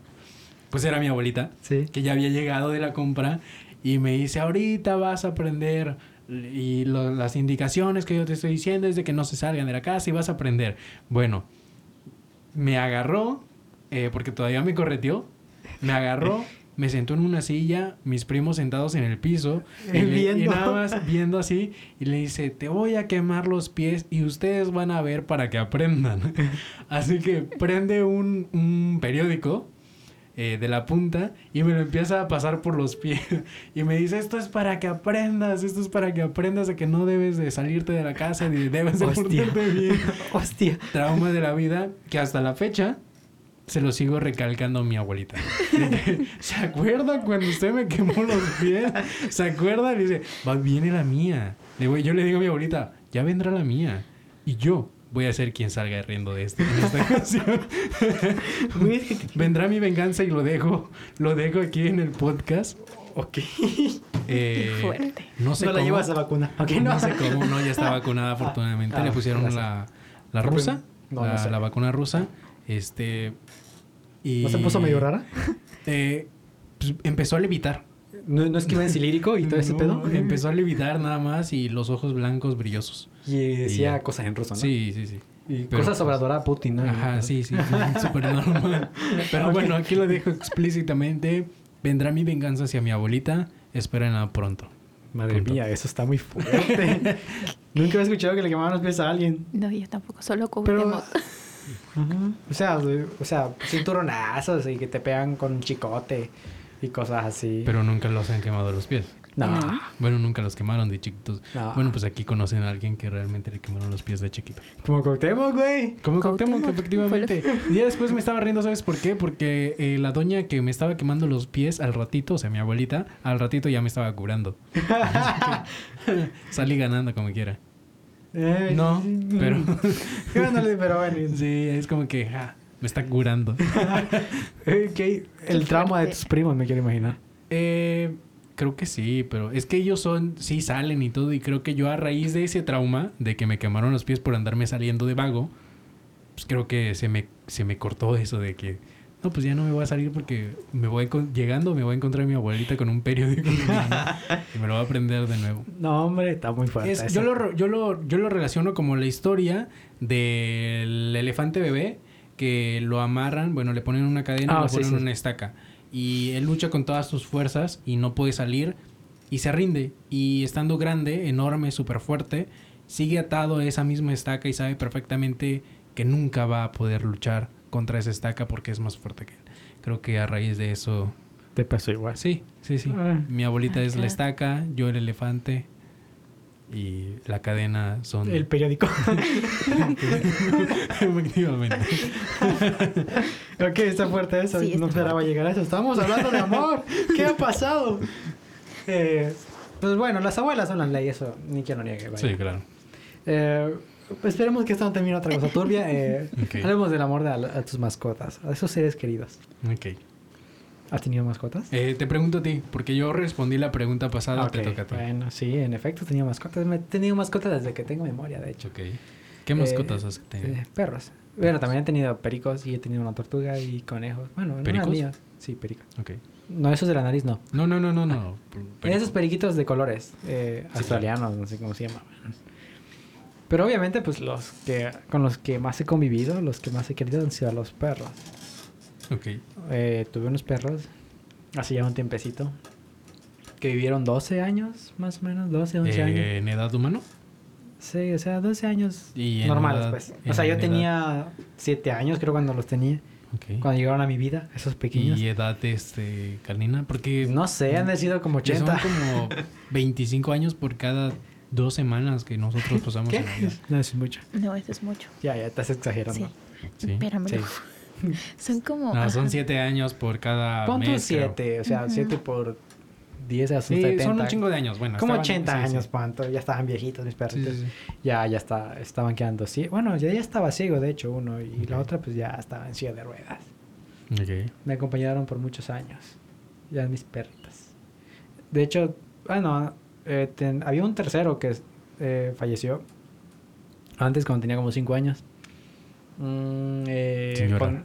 [SPEAKER 3] Pues era mi abuelita
[SPEAKER 2] Sí.
[SPEAKER 3] que ya había llegado de la compra y me dice, ahorita vas a aprender y lo- las indicaciones que yo te estoy diciendo es de que no se salgan de la casa y vas a aprender. Bueno, me agarró, eh, porque todavía me correteó, me agarró, me sentó en una silla, mis primos sentados en el piso, y, le- y
[SPEAKER 2] Viendo.
[SPEAKER 3] nada más viendo así, y le dice, te voy a quemar los pies y ustedes van a ver para que aprendan. Así que prende un, un periódico eh, de la punta y me lo empieza a pasar por los pies y me dice, esto es para que aprendas, esto es para que aprendas de que no debes de salirte de la casa ni debes de
[SPEAKER 2] Hostia.
[SPEAKER 3] portarte bien
[SPEAKER 2] Hostia.
[SPEAKER 3] trauma de la vida que hasta la fecha se lo sigo recalcando a mi abuelita. De que, ¿Se acuerda cuando usted me quemó los pies? ¿Se acuerda? Le dice, va, viene la mía. Le voy- yo le digo a mi abuelita, ya vendrá la mía. Y yo voy a ser quien salga riendo de esto. en esta ocasión.
[SPEAKER 2] Güey, es que-
[SPEAKER 3] vendrá mi venganza y lo dejo. Lo dejo aquí en el podcast.
[SPEAKER 2] ok.
[SPEAKER 3] Eh,
[SPEAKER 4] Qué fuerte.
[SPEAKER 3] No sé
[SPEAKER 2] no la
[SPEAKER 3] cómo-
[SPEAKER 2] llevas a vacuna. Ok,
[SPEAKER 3] no,
[SPEAKER 2] no.
[SPEAKER 3] sé cómo, no, ya está vacunada afortunadamente.
[SPEAKER 2] Ah,
[SPEAKER 3] Le pusieron
[SPEAKER 2] gracias.
[SPEAKER 3] la, la
[SPEAKER 2] La
[SPEAKER 3] rusa,
[SPEAKER 2] prim- Pues, no, no
[SPEAKER 3] la,
[SPEAKER 2] sé.
[SPEAKER 3] la vacuna rusa. Este. Y,
[SPEAKER 2] ¿No se puso medio rara?
[SPEAKER 3] eh, pues, empezó a levitar.
[SPEAKER 2] ¿No, no es que iba en cilírico y todo ese
[SPEAKER 3] No,
[SPEAKER 2] pedo?
[SPEAKER 3] Empezó a levitar nada más y los ojos blancos brillosos.
[SPEAKER 2] Y decía
[SPEAKER 3] Y-
[SPEAKER 2] cosas en ruso, ¿no?
[SPEAKER 3] Sí, sí, sí.
[SPEAKER 2] Y
[SPEAKER 3] Pero, pues,
[SPEAKER 2] cosas sobre adorar a Putin, ¿no?
[SPEAKER 3] Ajá, sí, sí, sí, súper normal. Pero
[SPEAKER 2] Ok.
[SPEAKER 3] bueno, aquí lo dejo explícitamente. Vendrá mi venganza hacia mi abuelita. Espérenla pronto.
[SPEAKER 2] Madre
[SPEAKER 3] Punto.
[SPEAKER 2] mía, eso está muy fuerte. Nunca había escuchado que le quemaban los pies a alguien.
[SPEAKER 4] No, yo tampoco, solo
[SPEAKER 2] Pero.
[SPEAKER 4] cubrimos.
[SPEAKER 2] Ajá. O sea, o sea, cinturonazos y que te pegan con un chicote y cosas así.
[SPEAKER 3] Pero nunca los han quemado los pies.
[SPEAKER 2] no.
[SPEAKER 4] No.
[SPEAKER 3] Bueno, nunca los quemaron de chiquitos.
[SPEAKER 2] No.
[SPEAKER 3] Bueno, pues aquí conocen a alguien que realmente le quemaron los pies de chiquito.
[SPEAKER 2] Como Cuauhtémoc, güey.
[SPEAKER 3] Como
[SPEAKER 4] Cuauhtémoc,
[SPEAKER 3] Cuauhtémoc, efectivamente. Y ya después me estaba riendo, ¿sabes por qué? Porque eh, la doña que me estaba quemando los pies al ratito, o sea, mi abuelita, al ratito ya me estaba curando. Salí ganando como quiera.
[SPEAKER 2] Eh,
[SPEAKER 3] No,
[SPEAKER 2] sí.
[SPEAKER 3] pero...
[SPEAKER 2] Ganándole, pero bueno.
[SPEAKER 3] sí, es como que, ja, me está curando.
[SPEAKER 2] Ok, El trauma de tus primos, me quiero imaginar.
[SPEAKER 3] Eh, creo que sí, pero es que ellos son, sí salen y todo, y creo que yo a raíz de ese trauma, de que me quemaron los pies por andarme saliendo de vago, pues creo que se me, se me cortó eso de que, no, pues ya no me voy a salir porque me voy con- llegando, me voy a encontrar a mi abuelita con un periódico en la mano y me lo va a aprender de nuevo.
[SPEAKER 2] No, hombre, está muy fuerte.
[SPEAKER 3] Es-
[SPEAKER 2] eso.
[SPEAKER 3] yo, lo, re- yo, lo, yo lo relaciono como la historia del elefante bebé que lo amarran, bueno, le ponen una cadena,
[SPEAKER 2] Ah,
[SPEAKER 3] le
[SPEAKER 2] sí,
[SPEAKER 3] ponen
[SPEAKER 2] sí.
[SPEAKER 3] una estaca. Y él lucha con todas sus fuerzas y no puede salir y se rinde. Y estando grande, enorme, súper fuerte, sigue atado a esa misma estaca y sabe perfectamente que nunca va a poder luchar contra esa estaca porque es más fuerte que él. Creo que a raíz de eso
[SPEAKER 2] Te pasó igual.
[SPEAKER 3] Sí, sí, sí.
[SPEAKER 2] Ah.
[SPEAKER 3] Mi abuelita es
[SPEAKER 4] Ajá.
[SPEAKER 3] la estaca, yo el elefante y la cadena son...
[SPEAKER 2] El periódico.
[SPEAKER 3] Efectivamente.
[SPEAKER 2] ok, está fuerte eso.
[SPEAKER 4] Sí, está
[SPEAKER 2] no esperaba llegar a eso. Estábamos hablando de amor. ¿Qué ha pasado? Eh, pues bueno, las abuelas son las leyes, eso ni quien lo niegue. vaya.
[SPEAKER 3] Sí, claro.
[SPEAKER 2] Eh, esperemos que esto no termine otra cosa turbia. eh,
[SPEAKER 3] Ok.
[SPEAKER 2] Hablemos del amor de a, a tus mascotas, a esos seres queridos.
[SPEAKER 3] Ok.
[SPEAKER 2] ¿Has tenido mascotas?
[SPEAKER 3] Eh, te pregunto a ti, porque yo respondí la pregunta pasada,
[SPEAKER 2] Ok,
[SPEAKER 3] te toca a ti.
[SPEAKER 2] Bueno, sí, en efecto, he tenido mascotas. Me- He tenido mascotas desde que tengo memoria, de hecho.
[SPEAKER 3] Ok. ¿Qué mascotas has tenido?
[SPEAKER 2] Eh, perros. Bueno, también he tenido pericos y he tenido una tortuga y conejos. Bueno, no
[SPEAKER 3] ¿Pericos?
[SPEAKER 2] eran míos. Sí, pericos.
[SPEAKER 3] Ok.
[SPEAKER 2] No, esos de la nariz no.
[SPEAKER 3] No, no, no, no, no. Pero-
[SPEAKER 2] Esos periquitos de colores eh,
[SPEAKER 3] Sí,
[SPEAKER 2] australianos, no sé cómo se llaman. Pero obviamente, pues los que con los que más he convivido, los que más he querido han sido los perros.
[SPEAKER 3] Ok.
[SPEAKER 2] Eh, tuve unos perros hace ya un tiempecito que vivieron 12 años, más o menos, 12, 11
[SPEAKER 3] Eh,
[SPEAKER 2] años.
[SPEAKER 3] ¿En edad humano?
[SPEAKER 2] Sí, o sea, 12 años
[SPEAKER 3] Y en
[SPEAKER 2] normales,
[SPEAKER 3] edad-
[SPEAKER 2] pues.
[SPEAKER 3] en
[SPEAKER 2] O sea, yo
[SPEAKER 3] edad-
[SPEAKER 2] tenía 7 años, creo, cuando los tenía.
[SPEAKER 3] Ok.
[SPEAKER 2] Cuando llegaron a mi vida, esos pequeños.
[SPEAKER 3] ¿Y edad este, canina? Porque
[SPEAKER 2] No sé, han de sido como
[SPEAKER 3] que
[SPEAKER 2] 80.
[SPEAKER 3] son como 25 años por cada dos semanas que nosotros pasamos
[SPEAKER 2] ¿Qué?
[SPEAKER 3] en la vida.
[SPEAKER 2] No, es mucho.
[SPEAKER 4] No, eso es mucho.
[SPEAKER 2] Ya, ya, estás exagerando.
[SPEAKER 4] Sí.
[SPEAKER 3] Sí.
[SPEAKER 4] Espérame.
[SPEAKER 2] Sí.
[SPEAKER 4] Son como.
[SPEAKER 3] No, son
[SPEAKER 4] ajá.
[SPEAKER 3] 7 años por cada
[SPEAKER 2] Pon tú
[SPEAKER 3] mes. creo.
[SPEAKER 2] 7, o sea, 7 por 10 a sus
[SPEAKER 3] Sí,
[SPEAKER 2] 70.
[SPEAKER 3] son un chingo de años. Bueno,
[SPEAKER 2] Como
[SPEAKER 3] estaban-
[SPEAKER 2] 80
[SPEAKER 3] sí, sí.
[SPEAKER 2] años, cuánto. Ya estaban viejitos mis
[SPEAKER 3] Sí,
[SPEAKER 2] perritos.
[SPEAKER 3] sí, sí.
[SPEAKER 2] Ya, ya está, estaban quedando ciegos. Bueno, ya, ya estaba ciego, de hecho, uno. Y la otra, pues ya estaba en silla de ruedas.
[SPEAKER 3] Ok.
[SPEAKER 2] Me acompañaron por muchos años. Ya mis perritas. De hecho, bueno, eh, ten- había un tercero que eh, falleció. Antes, cuando tenía como 5 años. Mm, eh,
[SPEAKER 3] Sin llorar.
[SPEAKER 2] cuan-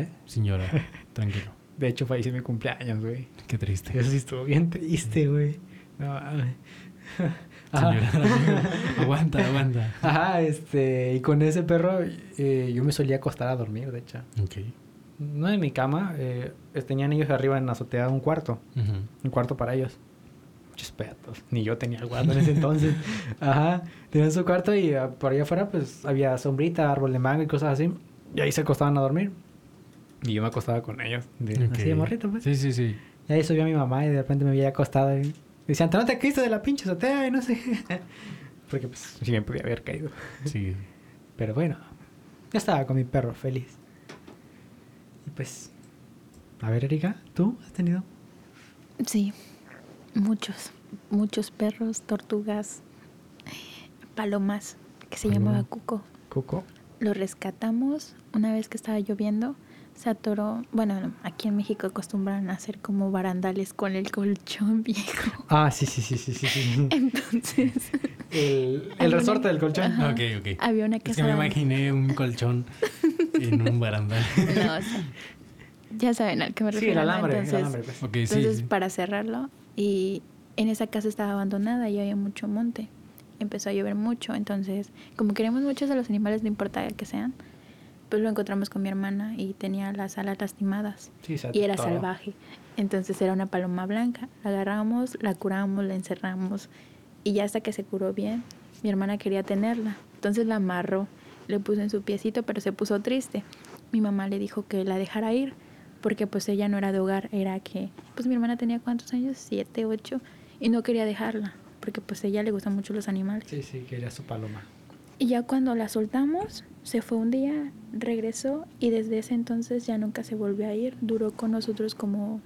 [SPEAKER 2] ¿Eh?
[SPEAKER 3] Sin llorar. Tranquilo.
[SPEAKER 2] De hecho, falleció en mi cumpleaños, güey.
[SPEAKER 3] Qué triste.
[SPEAKER 2] Eso sí estuvo bien triste, güey. No mames.
[SPEAKER 3] Sin
[SPEAKER 2] Ajá.
[SPEAKER 3] llorar, amigo. aguanta, aguanta.
[SPEAKER 2] Ajá, este, y con ese perro eh, yo me solía acostar a dormir, de hecho.
[SPEAKER 3] Ok.
[SPEAKER 2] No en mi cama, eh, tenían ellos arriba en la azotea un cuarto,
[SPEAKER 3] Ujú.
[SPEAKER 2] un cuarto para ellos. Muchos peatos, ni yo tenía el cuarto en ese entonces. Ajá, tenían su cuarto y ah, por allá afuera pues había sombrita, árbol de mango y cosas así. Y ahí se acostaban a dormir. Y yo me acostaba con ellos, de, así de
[SPEAKER 3] Ok.
[SPEAKER 2] morrito, pues.
[SPEAKER 3] Sí, sí, sí.
[SPEAKER 2] Y ahí subió mi mamá y de repente me veía acostada. Y decían, no te caíste de la pinche azotea y no sé. qué". Porque pues sí me podía haber caído.
[SPEAKER 3] Sí.
[SPEAKER 2] Pero bueno, ya estaba con mi perro feliz. Y pues, a ver Erika, ¿tú has tenido?
[SPEAKER 4] Sí, muchos, muchos perros, tortugas, palomas, que se llamaba
[SPEAKER 2] Paloma.
[SPEAKER 4] Cuco.
[SPEAKER 2] Coco.
[SPEAKER 4] Lo rescatamos una vez que estaba lloviendo. Se atoró, bueno, aquí en México acostumbran a hacer como barandales con el colchón viejo.
[SPEAKER 2] Ah, sí, sí, sí, sí, sí. sí.
[SPEAKER 4] Entonces,
[SPEAKER 2] El, el
[SPEAKER 4] Alguna-
[SPEAKER 2] resorte del colchón.
[SPEAKER 4] Ajá.
[SPEAKER 3] Ok, ok.
[SPEAKER 4] había una
[SPEAKER 3] Es
[SPEAKER 4] casa.
[SPEAKER 3] que me
[SPEAKER 4] donde-
[SPEAKER 3] imaginé un colchón en un barandal.
[SPEAKER 4] No, o sea, ya saben al que me
[SPEAKER 2] Sí,
[SPEAKER 4] refiero.
[SPEAKER 2] el
[SPEAKER 4] ¿no?
[SPEAKER 2] alambre, el
[SPEAKER 4] Entonces,
[SPEAKER 2] alambre. pues.
[SPEAKER 3] Ok, sí.
[SPEAKER 4] Entonces,
[SPEAKER 3] sí.
[SPEAKER 4] para cerrarlo, y en esa casa estaba abandonada y había mucho monte. Empezó a llover mucho, entonces, como queremos muchos a los animales, no importa que sean, pues lo encontramos con mi hermana y tenía las alas lastimadas
[SPEAKER 2] Sí, se
[SPEAKER 4] y era
[SPEAKER 2] atoró.
[SPEAKER 4] salvaje. Entonces era una paloma blanca. La agarramos, la curamos, la encerramos y ya hasta que se curó bien, mi hermana quería tenerla. Entonces la amarró, le puso en su piecito, pero se puso triste. Mi mamá le dijo que la dejara ir porque pues ella no era de hogar, era que pues mi hermana tenía cuántos años, siete, ocho y no quería dejarla porque pues a ella le gustan mucho los animales.
[SPEAKER 2] Sí, sí, que era su paloma.
[SPEAKER 4] Y ya cuando la soltamos, se fue un día, regresó y desde ese entonces ya nunca se volvió a ir. Duró con nosotros como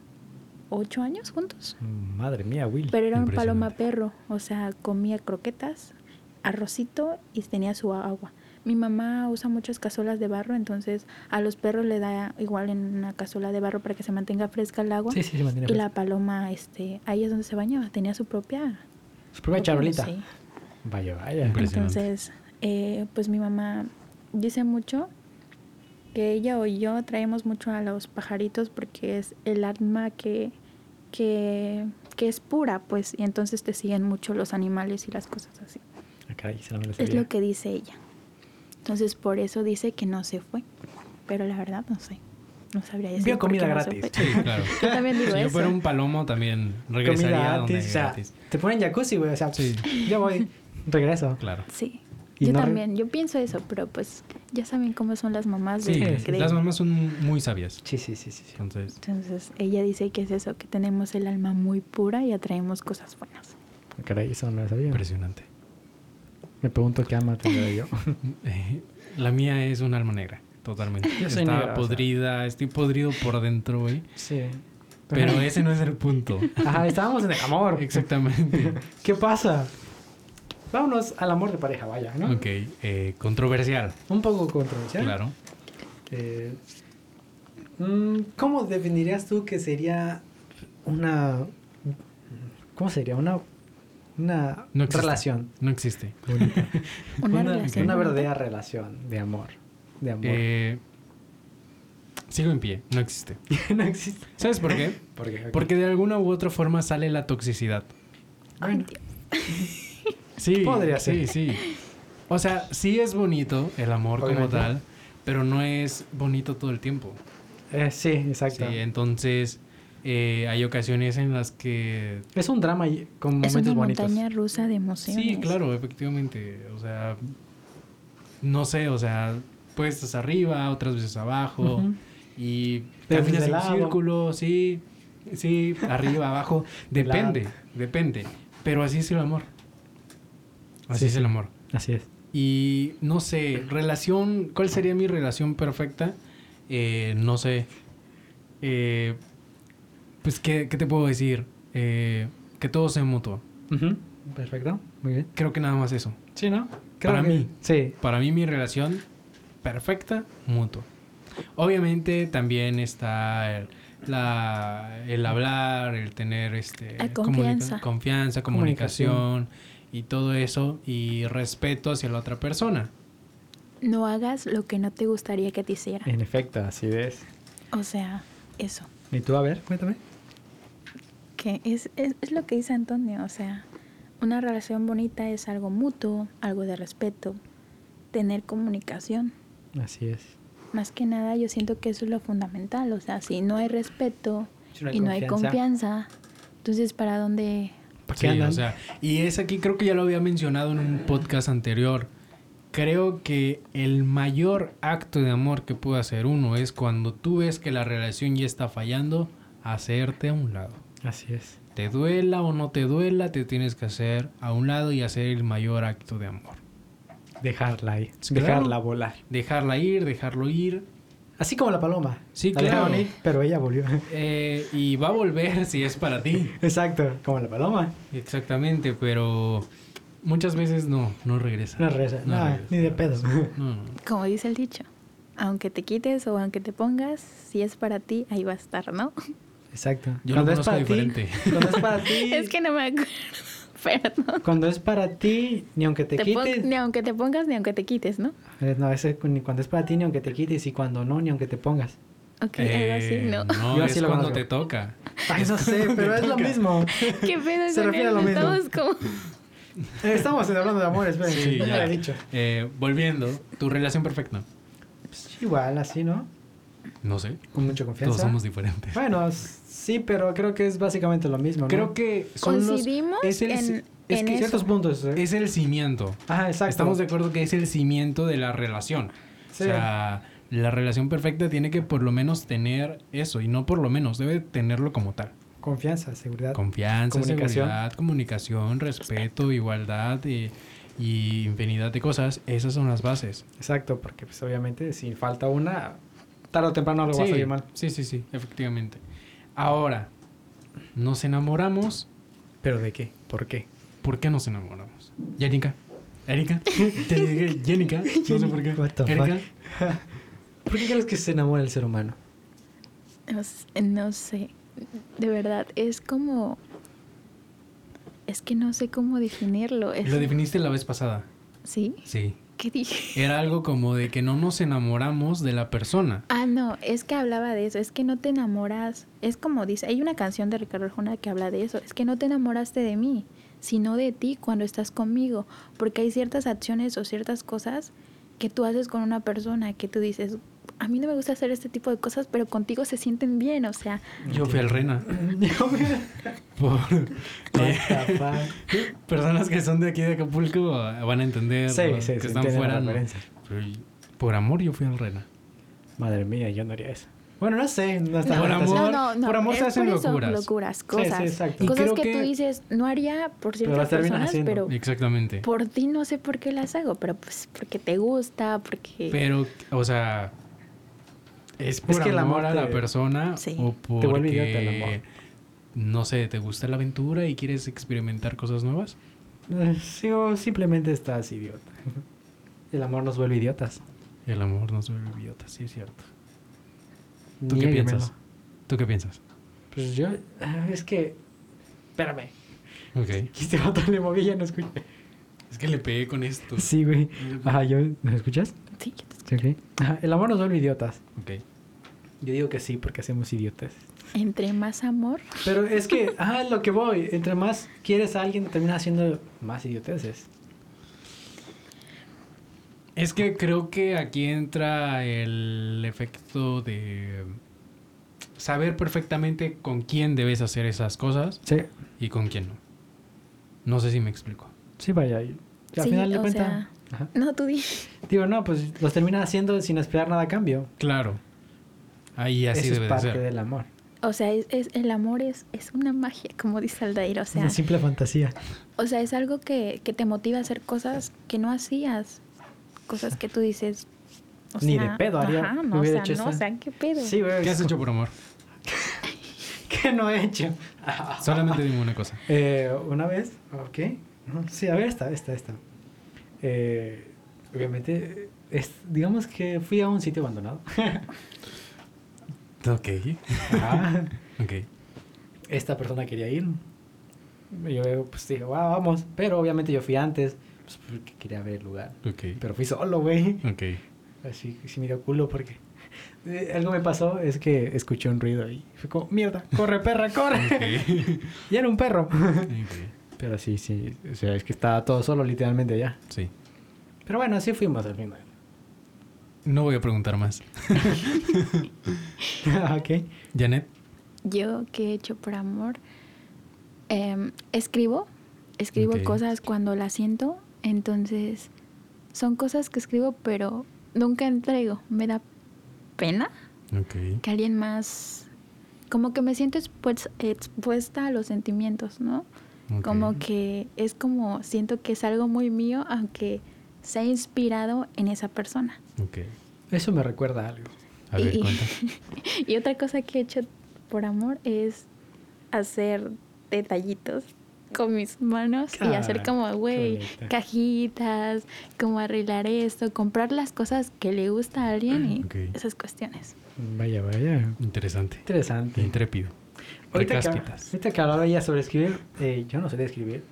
[SPEAKER 4] ocho años juntos.
[SPEAKER 2] Madre mía, Will.
[SPEAKER 4] Pero era un paloma
[SPEAKER 3] Impresionante.
[SPEAKER 4] perro, o sea, comía croquetas, arrocito y tenía su agua. Mi mamá usa muchas cazuelas de barro, entonces a los perros le da igual en una cazuela de barro para que se mantenga fresca el agua.
[SPEAKER 2] Sí, sí, se mantiene.
[SPEAKER 4] Y la
[SPEAKER 2] fresca.
[SPEAKER 4] paloma, este, ahí es donde se bañaba, tenía su propia...
[SPEAKER 2] Su propia charolita.
[SPEAKER 4] Sí.
[SPEAKER 2] Vaya, vaya.
[SPEAKER 3] Impres- Impresionante.
[SPEAKER 4] Entonces, eh, pues mi mamá dice mucho que ella o yo traemos mucho a los pajaritos porque es el alma que, que, que es pura, pues, y entonces te siguen mucho los animales y las cosas así.
[SPEAKER 2] Ah, caray, se no me lo
[SPEAKER 4] Es
[SPEAKER 2] sabía.
[SPEAKER 4] lo que dice ella. Entonces, por eso dice que no se fue. Pero la verdad, no sé. No sabría decir.
[SPEAKER 2] Vio
[SPEAKER 4] por qué
[SPEAKER 2] comida
[SPEAKER 4] no se
[SPEAKER 2] gratis.
[SPEAKER 4] fue.
[SPEAKER 3] Sí, claro.
[SPEAKER 4] Yo también digo
[SPEAKER 3] Si yo
[SPEAKER 4] eso.
[SPEAKER 3] fuera un palomo también regresaría
[SPEAKER 2] Comida
[SPEAKER 3] a donde
[SPEAKER 2] gratis, o sea,
[SPEAKER 3] gratis.
[SPEAKER 2] te ponen jacuzzi, güey, o sea,
[SPEAKER 3] Sí.
[SPEAKER 2] yo voy, regreso.
[SPEAKER 3] Claro.
[SPEAKER 4] Sí.
[SPEAKER 2] Y
[SPEAKER 4] yo
[SPEAKER 2] no re-
[SPEAKER 4] también, yo pienso eso, pero pues ya saben cómo son las mamás de
[SPEAKER 2] Sí,
[SPEAKER 4] que
[SPEAKER 2] sí,
[SPEAKER 4] creen.
[SPEAKER 3] las mamás son muy sabias.
[SPEAKER 2] Sí, sí, sí, sí. sí.
[SPEAKER 3] Entonces,
[SPEAKER 4] Entonces ella dice que es eso, que tenemos el alma muy pura y atraemos cosas buenas.
[SPEAKER 2] Caray, eso no lo sabía.
[SPEAKER 3] impresionante.
[SPEAKER 2] Me pregunto qué ama tendré yo.
[SPEAKER 3] Eh, la mía es un alma negra, totalmente.
[SPEAKER 2] Yo
[SPEAKER 3] Está
[SPEAKER 2] soy negra, o sea.
[SPEAKER 3] podrida, estoy podrido por dentro, güey.
[SPEAKER 2] sí.
[SPEAKER 3] Pero ese no es el punto.
[SPEAKER 2] Ajá, estábamos en el amor.
[SPEAKER 3] Exactamente.
[SPEAKER 2] ¿Qué pasa? Vámonos al amor de pareja, vaya, ¿no?
[SPEAKER 3] Ok, eh, controversial,
[SPEAKER 2] Un poco controversial.
[SPEAKER 3] claro.
[SPEAKER 2] Eh, mm, ¿Cómo definirías tú que sería una... ¿Cómo sería? Una, una
[SPEAKER 3] No existe.
[SPEAKER 2] relación.
[SPEAKER 3] No existe.
[SPEAKER 4] Una,
[SPEAKER 2] Una,
[SPEAKER 4] relación.
[SPEAKER 2] una
[SPEAKER 4] bonita.
[SPEAKER 2] verdadera relación de amor. De amor.
[SPEAKER 3] Eh, sigo en pie, no existe.
[SPEAKER 2] no existe.
[SPEAKER 3] ¿Sabes por qué?
[SPEAKER 2] ¿Por qué?
[SPEAKER 3] Porque de alguna u otra forma sale la toxicidad.
[SPEAKER 2] Bueno,
[SPEAKER 3] Sí,
[SPEAKER 2] Podría ser.
[SPEAKER 3] Sí, sí. O sea, sí es bonito el amor como
[SPEAKER 2] Obviamente.
[SPEAKER 3] tal, pero no es bonito todo el tiempo.
[SPEAKER 2] eh, sí,
[SPEAKER 3] Sí,
[SPEAKER 2] exacto.
[SPEAKER 3] entonces eh, hay ocasiones en las que...
[SPEAKER 2] es un drama y- con
[SPEAKER 4] Es
[SPEAKER 2] momentos
[SPEAKER 4] una
[SPEAKER 2] bonitos.
[SPEAKER 4] montaña rusa de emociones.
[SPEAKER 3] Sí, claro, efectivamente. O sea, no sé, o sea, puedes estar arriba, otras veces abajo,
[SPEAKER 2] Ujú.
[SPEAKER 3] y
[SPEAKER 2] Te haces
[SPEAKER 3] caminas
[SPEAKER 2] de
[SPEAKER 3] en
[SPEAKER 2] lado.
[SPEAKER 3] círculo, sí, sí, arriba, abajo. Depende,
[SPEAKER 2] lado.
[SPEAKER 3] depende. Pero así es el amor. Así
[SPEAKER 2] Sí,
[SPEAKER 3] es el
[SPEAKER 2] sí.
[SPEAKER 3] amor.
[SPEAKER 2] Así es.
[SPEAKER 3] Y no sé, relación, ¿cuál sería mi relación perfecta? Eh, no sé. Eh, pues, ¿qué, qué te puedo decir? Eh, que todo sea mutuo.
[SPEAKER 2] Ujú, Perfecto. Muy bien.
[SPEAKER 3] Creo que nada más eso.
[SPEAKER 2] Sí, ¿no?
[SPEAKER 3] Para mí.
[SPEAKER 2] Sí.
[SPEAKER 3] Para mí mi relación perfecta, mutua. Obviamente también está el, la- el hablar, el tener este,
[SPEAKER 4] La
[SPEAKER 3] comunica-
[SPEAKER 4] confianza.
[SPEAKER 3] confianza,
[SPEAKER 2] Comunicación.
[SPEAKER 3] comunicación y todo eso y respeto hacia la otra persona.
[SPEAKER 4] No hagas lo que no te gustaría que te hiciera.
[SPEAKER 2] En efecto, así es.
[SPEAKER 4] O sea, eso.
[SPEAKER 2] ¿Y tú, a ver, cuéntame?
[SPEAKER 4] Que es, es, es lo que dice Antonio. O sea, una relación bonita es algo mutuo, algo de respeto, tener comunicación.
[SPEAKER 2] Así es.
[SPEAKER 4] Más que nada, yo siento que eso es lo fundamental. O sea, si no hay respeto
[SPEAKER 2] Si no hay
[SPEAKER 4] y no hay confianza, entonces, ¿para dónde?
[SPEAKER 2] ¿Para
[SPEAKER 3] Sí,
[SPEAKER 2] qué andan?
[SPEAKER 3] o sea, y es aquí, creo que ya lo había mencionado en un podcast anterior. Creo que el mayor acto de amor que puede hacer uno es cuando tú ves que la relación ya está fallando, hacerte a un lado.
[SPEAKER 2] Así es.
[SPEAKER 3] Te duela o no te duela, te tienes que hacer a un lado y hacer el mayor acto de amor.
[SPEAKER 2] Dejarla ahí.
[SPEAKER 3] Claro.
[SPEAKER 2] Dejarla volar.
[SPEAKER 3] Dejarla ir, dejarlo ir.
[SPEAKER 2] Así como la paloma.
[SPEAKER 3] Sí,
[SPEAKER 2] La
[SPEAKER 3] claro.
[SPEAKER 2] dejaron ir, pero ella volvió.
[SPEAKER 3] eh, y va a volver si es para ti.
[SPEAKER 2] Exacto. Como la paloma.
[SPEAKER 3] Exactamente, pero muchas veces no, no regresa.
[SPEAKER 2] No regresa.
[SPEAKER 3] No
[SPEAKER 2] No,
[SPEAKER 3] regresa,
[SPEAKER 2] ni de
[SPEAKER 3] no
[SPEAKER 2] pedo.
[SPEAKER 3] No, no.
[SPEAKER 4] Como dice el dicho, aunque te quites o aunque te pongas, si es para ti, ahí va a estar, ¿no?
[SPEAKER 2] Exacto.
[SPEAKER 3] Yo lo conozco diferente.
[SPEAKER 2] ti. Cuando es para ti.
[SPEAKER 4] Es que no me acuerdo. Perdón.
[SPEAKER 2] Cuando es para ti, ni aunque te,
[SPEAKER 4] Te pon-
[SPEAKER 2] quites.
[SPEAKER 4] ni aunque te pongas, ni aunque te quites, ¿no?
[SPEAKER 2] Eh, No, ese cu- ni cuando es para ti, ni aunque te quites. Y cuando no, ni aunque te pongas.
[SPEAKER 4] Ok, algo así,
[SPEAKER 3] Eh,
[SPEAKER 4] no.
[SPEAKER 3] no,
[SPEAKER 2] Yo
[SPEAKER 3] es
[SPEAKER 2] así lo
[SPEAKER 3] cuando
[SPEAKER 2] conozco.
[SPEAKER 3] te toca.
[SPEAKER 2] Ay, no sé, pero es lo mismo.
[SPEAKER 4] ¿Qué pedo
[SPEAKER 2] Se
[SPEAKER 4] con
[SPEAKER 2] refiere a lo
[SPEAKER 4] eso?
[SPEAKER 2] mismo.
[SPEAKER 4] Estamos como...
[SPEAKER 2] Estamos hablando de amores, esperen.
[SPEAKER 3] Sí,
[SPEAKER 2] ya.
[SPEAKER 3] ya.
[SPEAKER 2] lo he dicho.
[SPEAKER 3] Eh, volviendo, tu relación perfecta.
[SPEAKER 2] Pues, igual, así, ¿no?
[SPEAKER 3] No sé,
[SPEAKER 2] Con mucha
[SPEAKER 3] todos
[SPEAKER 2] confianza.
[SPEAKER 3] somos diferentes.
[SPEAKER 2] Bueno, s- sí, pero creo que es básicamente lo mismo. ¿no?
[SPEAKER 3] Creo que son los-
[SPEAKER 4] Coincidimos
[SPEAKER 3] es el,
[SPEAKER 4] en-
[SPEAKER 3] es
[SPEAKER 4] en
[SPEAKER 3] que
[SPEAKER 4] eso.
[SPEAKER 2] ciertos puntos. ¿eh?
[SPEAKER 3] es el cimiento.
[SPEAKER 2] Ajá, exacto.
[SPEAKER 3] Estamos de acuerdo que es el cimiento de la relación.
[SPEAKER 2] Sí.
[SPEAKER 3] O sea, la relación perfecta tiene que por lo menos tener eso, y no por lo menos, debe tenerlo como tal.
[SPEAKER 2] Confianza, seguridad.
[SPEAKER 3] Confianza,
[SPEAKER 2] Comunicación.
[SPEAKER 3] seguridad, comunicación, respeto, igualdad y, y infinidad de cosas. Esas son las bases.
[SPEAKER 2] Exacto, porque pues obviamente si falta una, tarde o temprano algo va a
[SPEAKER 3] sí,
[SPEAKER 2] salir mal.
[SPEAKER 3] sí, sí, sí, efectivamente. Ahora, nos enamoramos.
[SPEAKER 2] ¿Pero de qué? ¿Por qué?
[SPEAKER 3] ¿Por qué nos enamoramos? Yanika. Erika. Te dije Jenica. No sé por qué.
[SPEAKER 2] What the
[SPEAKER 3] Erika.
[SPEAKER 2] ¿Por qué crees que se enamora el ser humano?
[SPEAKER 4] No, s- no sé, de verdad, es como... Es que no sé cómo definirlo. Es...
[SPEAKER 3] Lo definiste la vez pasada.
[SPEAKER 4] ¿Sí?
[SPEAKER 3] Sí.
[SPEAKER 4] ¿Qué dije?
[SPEAKER 3] Era algo como de que no nos enamoramos de la persona.
[SPEAKER 4] Ah, no, es que hablaba de eso, es que no te enamoras, es como dice, hay una canción de Ricardo Arjona que habla de eso, es que no te enamoraste de mí, sino de ti cuando estás conmigo, porque hay ciertas acciones o ciertas cosas que tú haces con una persona que tú dices, a mí no me gusta hacer este tipo de cosas, pero contigo se sienten bien, o sea.
[SPEAKER 3] Yo fui al Rena. Por, eh, personas que son de aquí de Acapulco van a entender
[SPEAKER 2] Sí,
[SPEAKER 3] ¿no?
[SPEAKER 2] sí,
[SPEAKER 3] que
[SPEAKER 2] sí,
[SPEAKER 3] están
[SPEAKER 2] entienden la
[SPEAKER 3] fuera. ¿no?
[SPEAKER 2] referencia.
[SPEAKER 3] Pero y- por amor yo fui al Rena.
[SPEAKER 2] Madre mía, yo no haría eso. Bueno, no sé. No está
[SPEAKER 3] Por
[SPEAKER 2] no está-
[SPEAKER 3] amor. por amor se
[SPEAKER 4] es
[SPEAKER 3] hacen
[SPEAKER 4] por eso,
[SPEAKER 3] locuras.
[SPEAKER 4] cosas.
[SPEAKER 2] sí, exacto.
[SPEAKER 3] Y
[SPEAKER 4] cosas
[SPEAKER 3] creo
[SPEAKER 4] que,
[SPEAKER 3] que-
[SPEAKER 4] tú dices, no haría por
[SPEAKER 2] las
[SPEAKER 4] ciertas
[SPEAKER 2] terminas
[SPEAKER 4] personas,
[SPEAKER 2] haciendo.
[SPEAKER 4] pero
[SPEAKER 3] Exactamente.
[SPEAKER 4] por ti no sé por qué las hago, pero pues porque te gusta, porque...
[SPEAKER 3] Pero, o sea, es por
[SPEAKER 2] que el
[SPEAKER 3] amor,
[SPEAKER 2] amor
[SPEAKER 3] a la
[SPEAKER 2] te-
[SPEAKER 3] persona
[SPEAKER 4] Sí.
[SPEAKER 3] o porque,
[SPEAKER 2] Te vuelve idiota el amor.
[SPEAKER 3] no sé, te gusta la aventura y quieres experimentar cosas nuevas.
[SPEAKER 2] Eh, Sí, o simplemente estás idiota. El amor nos vuelve idiotas.
[SPEAKER 3] El amor nos vuelve idiota, sí es cierto. ¿Tú qué
[SPEAKER 2] Niéguemelo.
[SPEAKER 3] piensas? ¿Tú qué piensas?
[SPEAKER 2] Pues yo, ah, es que, espérame.
[SPEAKER 3] Ok.
[SPEAKER 2] Que este vato le moví y ya no escuché.
[SPEAKER 3] Es que le pegué con esto.
[SPEAKER 2] Sí, güey. Ajá, yo, ¿me escuchas?
[SPEAKER 4] Sí, yo te-
[SPEAKER 2] Sí, ok. Ajá, el amor nos vuelve idiotas.
[SPEAKER 3] Ok.
[SPEAKER 2] Yo digo que sí, porque hacemos idiotas.
[SPEAKER 4] entre más amor,
[SPEAKER 2] Pero es que, ajá, es lo que voy. Entre más quieres a alguien, terminas haciendo más idioteces.
[SPEAKER 3] Es que creo que aquí entra el efecto de saber perfectamente con quién debes hacer esas cosas
[SPEAKER 2] Sí,
[SPEAKER 3] y con quién no. No sé si me explico.
[SPEAKER 2] sí, vaya. y- y Al
[SPEAKER 4] Sí,
[SPEAKER 2] final de
[SPEAKER 4] o
[SPEAKER 2] cuentas.
[SPEAKER 4] sea- no, tú di.
[SPEAKER 2] Digo, no, pues los terminas haciendo sin esperar nada a cambio.
[SPEAKER 3] Claro. Ahí así
[SPEAKER 2] Eso
[SPEAKER 3] debe
[SPEAKER 2] es
[SPEAKER 3] de
[SPEAKER 2] parte
[SPEAKER 3] ser.
[SPEAKER 2] del amor.
[SPEAKER 4] O sea, es, es- el amor es, es una magia, como dice Aldair, o
[SPEAKER 2] es una
[SPEAKER 4] sea,
[SPEAKER 2] simple fantasía.
[SPEAKER 4] o sea es algo que, que te motiva a hacer cosas que no hacías, cosas que tú dices... o
[SPEAKER 2] Ni
[SPEAKER 4] sea,
[SPEAKER 2] de pedo haría.
[SPEAKER 4] Ajá, no, o
[SPEAKER 2] Hubiera
[SPEAKER 4] sea,
[SPEAKER 2] hecho
[SPEAKER 4] no, o
[SPEAKER 2] esa-
[SPEAKER 4] sea, qué pedo.
[SPEAKER 2] Sí, güey.
[SPEAKER 3] ¿Qué has
[SPEAKER 2] es
[SPEAKER 3] hecho por amor?
[SPEAKER 2] como- ¿Qué no he hecho?
[SPEAKER 3] Solamente dime una cosa.
[SPEAKER 2] Eh, una vez, ok. no, Sí, a ver, esta, esta, esta. Eh, obviamente, es, digamos que fui a un sitio abandonado.
[SPEAKER 3] Ok.
[SPEAKER 2] Ajá.
[SPEAKER 3] Ok.
[SPEAKER 2] Esta persona quería ir. Y Yo, pues dije, "Va, vamos. Pero obviamente yo fui antes, pues porque quería ver el lugar.
[SPEAKER 3] Ok.
[SPEAKER 2] Pero fui solo, güey.
[SPEAKER 3] Ok.
[SPEAKER 2] Así que sí me dio culo porque eh, algo me pasó, es que escuché un ruido y fue como, mierda, corre perra, corre.
[SPEAKER 3] Ok.
[SPEAKER 2] Y era un perro.
[SPEAKER 3] Ok.
[SPEAKER 2] Pero sí, sí, o sea, es que estaba todo solo literalmente ya.
[SPEAKER 3] Sí.
[SPEAKER 2] Pero bueno, así fuimos al final.
[SPEAKER 3] No voy a preguntar más.
[SPEAKER 2] ok.
[SPEAKER 3] Janet.
[SPEAKER 4] Yo que he hecho por amor, Em, escribo, escribo
[SPEAKER 3] Ok.
[SPEAKER 4] cosas cuando las siento, entonces son cosas que escribo pero nunca entrego, me da pena
[SPEAKER 3] Ok.
[SPEAKER 4] que alguien más, como que me siento expues- expuesta a los sentimientos, ¿no?
[SPEAKER 3] Ok.
[SPEAKER 4] Como que es como, siento que es algo muy mío, aunque sea inspirado en esa persona.
[SPEAKER 3] Ok.
[SPEAKER 2] Eso me recuerda a algo.
[SPEAKER 3] A ver,
[SPEAKER 4] Y-
[SPEAKER 3] cuenta.
[SPEAKER 4] Y otra cosa que he hecho por amor es hacer detallitos con mis manos y hacer
[SPEAKER 2] Ah,
[SPEAKER 4] como,
[SPEAKER 2] qué
[SPEAKER 4] güey,
[SPEAKER 2] bonito.
[SPEAKER 4] cajitas, como arreglar esto, comprar las cosas que le gusta a alguien y
[SPEAKER 3] Ok.
[SPEAKER 4] esas cuestiones.
[SPEAKER 2] Vaya, vaya.
[SPEAKER 3] Interesante.
[SPEAKER 2] Interesante.
[SPEAKER 3] Intrépido.
[SPEAKER 2] ahorita, que,
[SPEAKER 3] Recásquitas.
[SPEAKER 2] ahorita que hablaba ya sobre escribir, eh, yo no sé de escribir.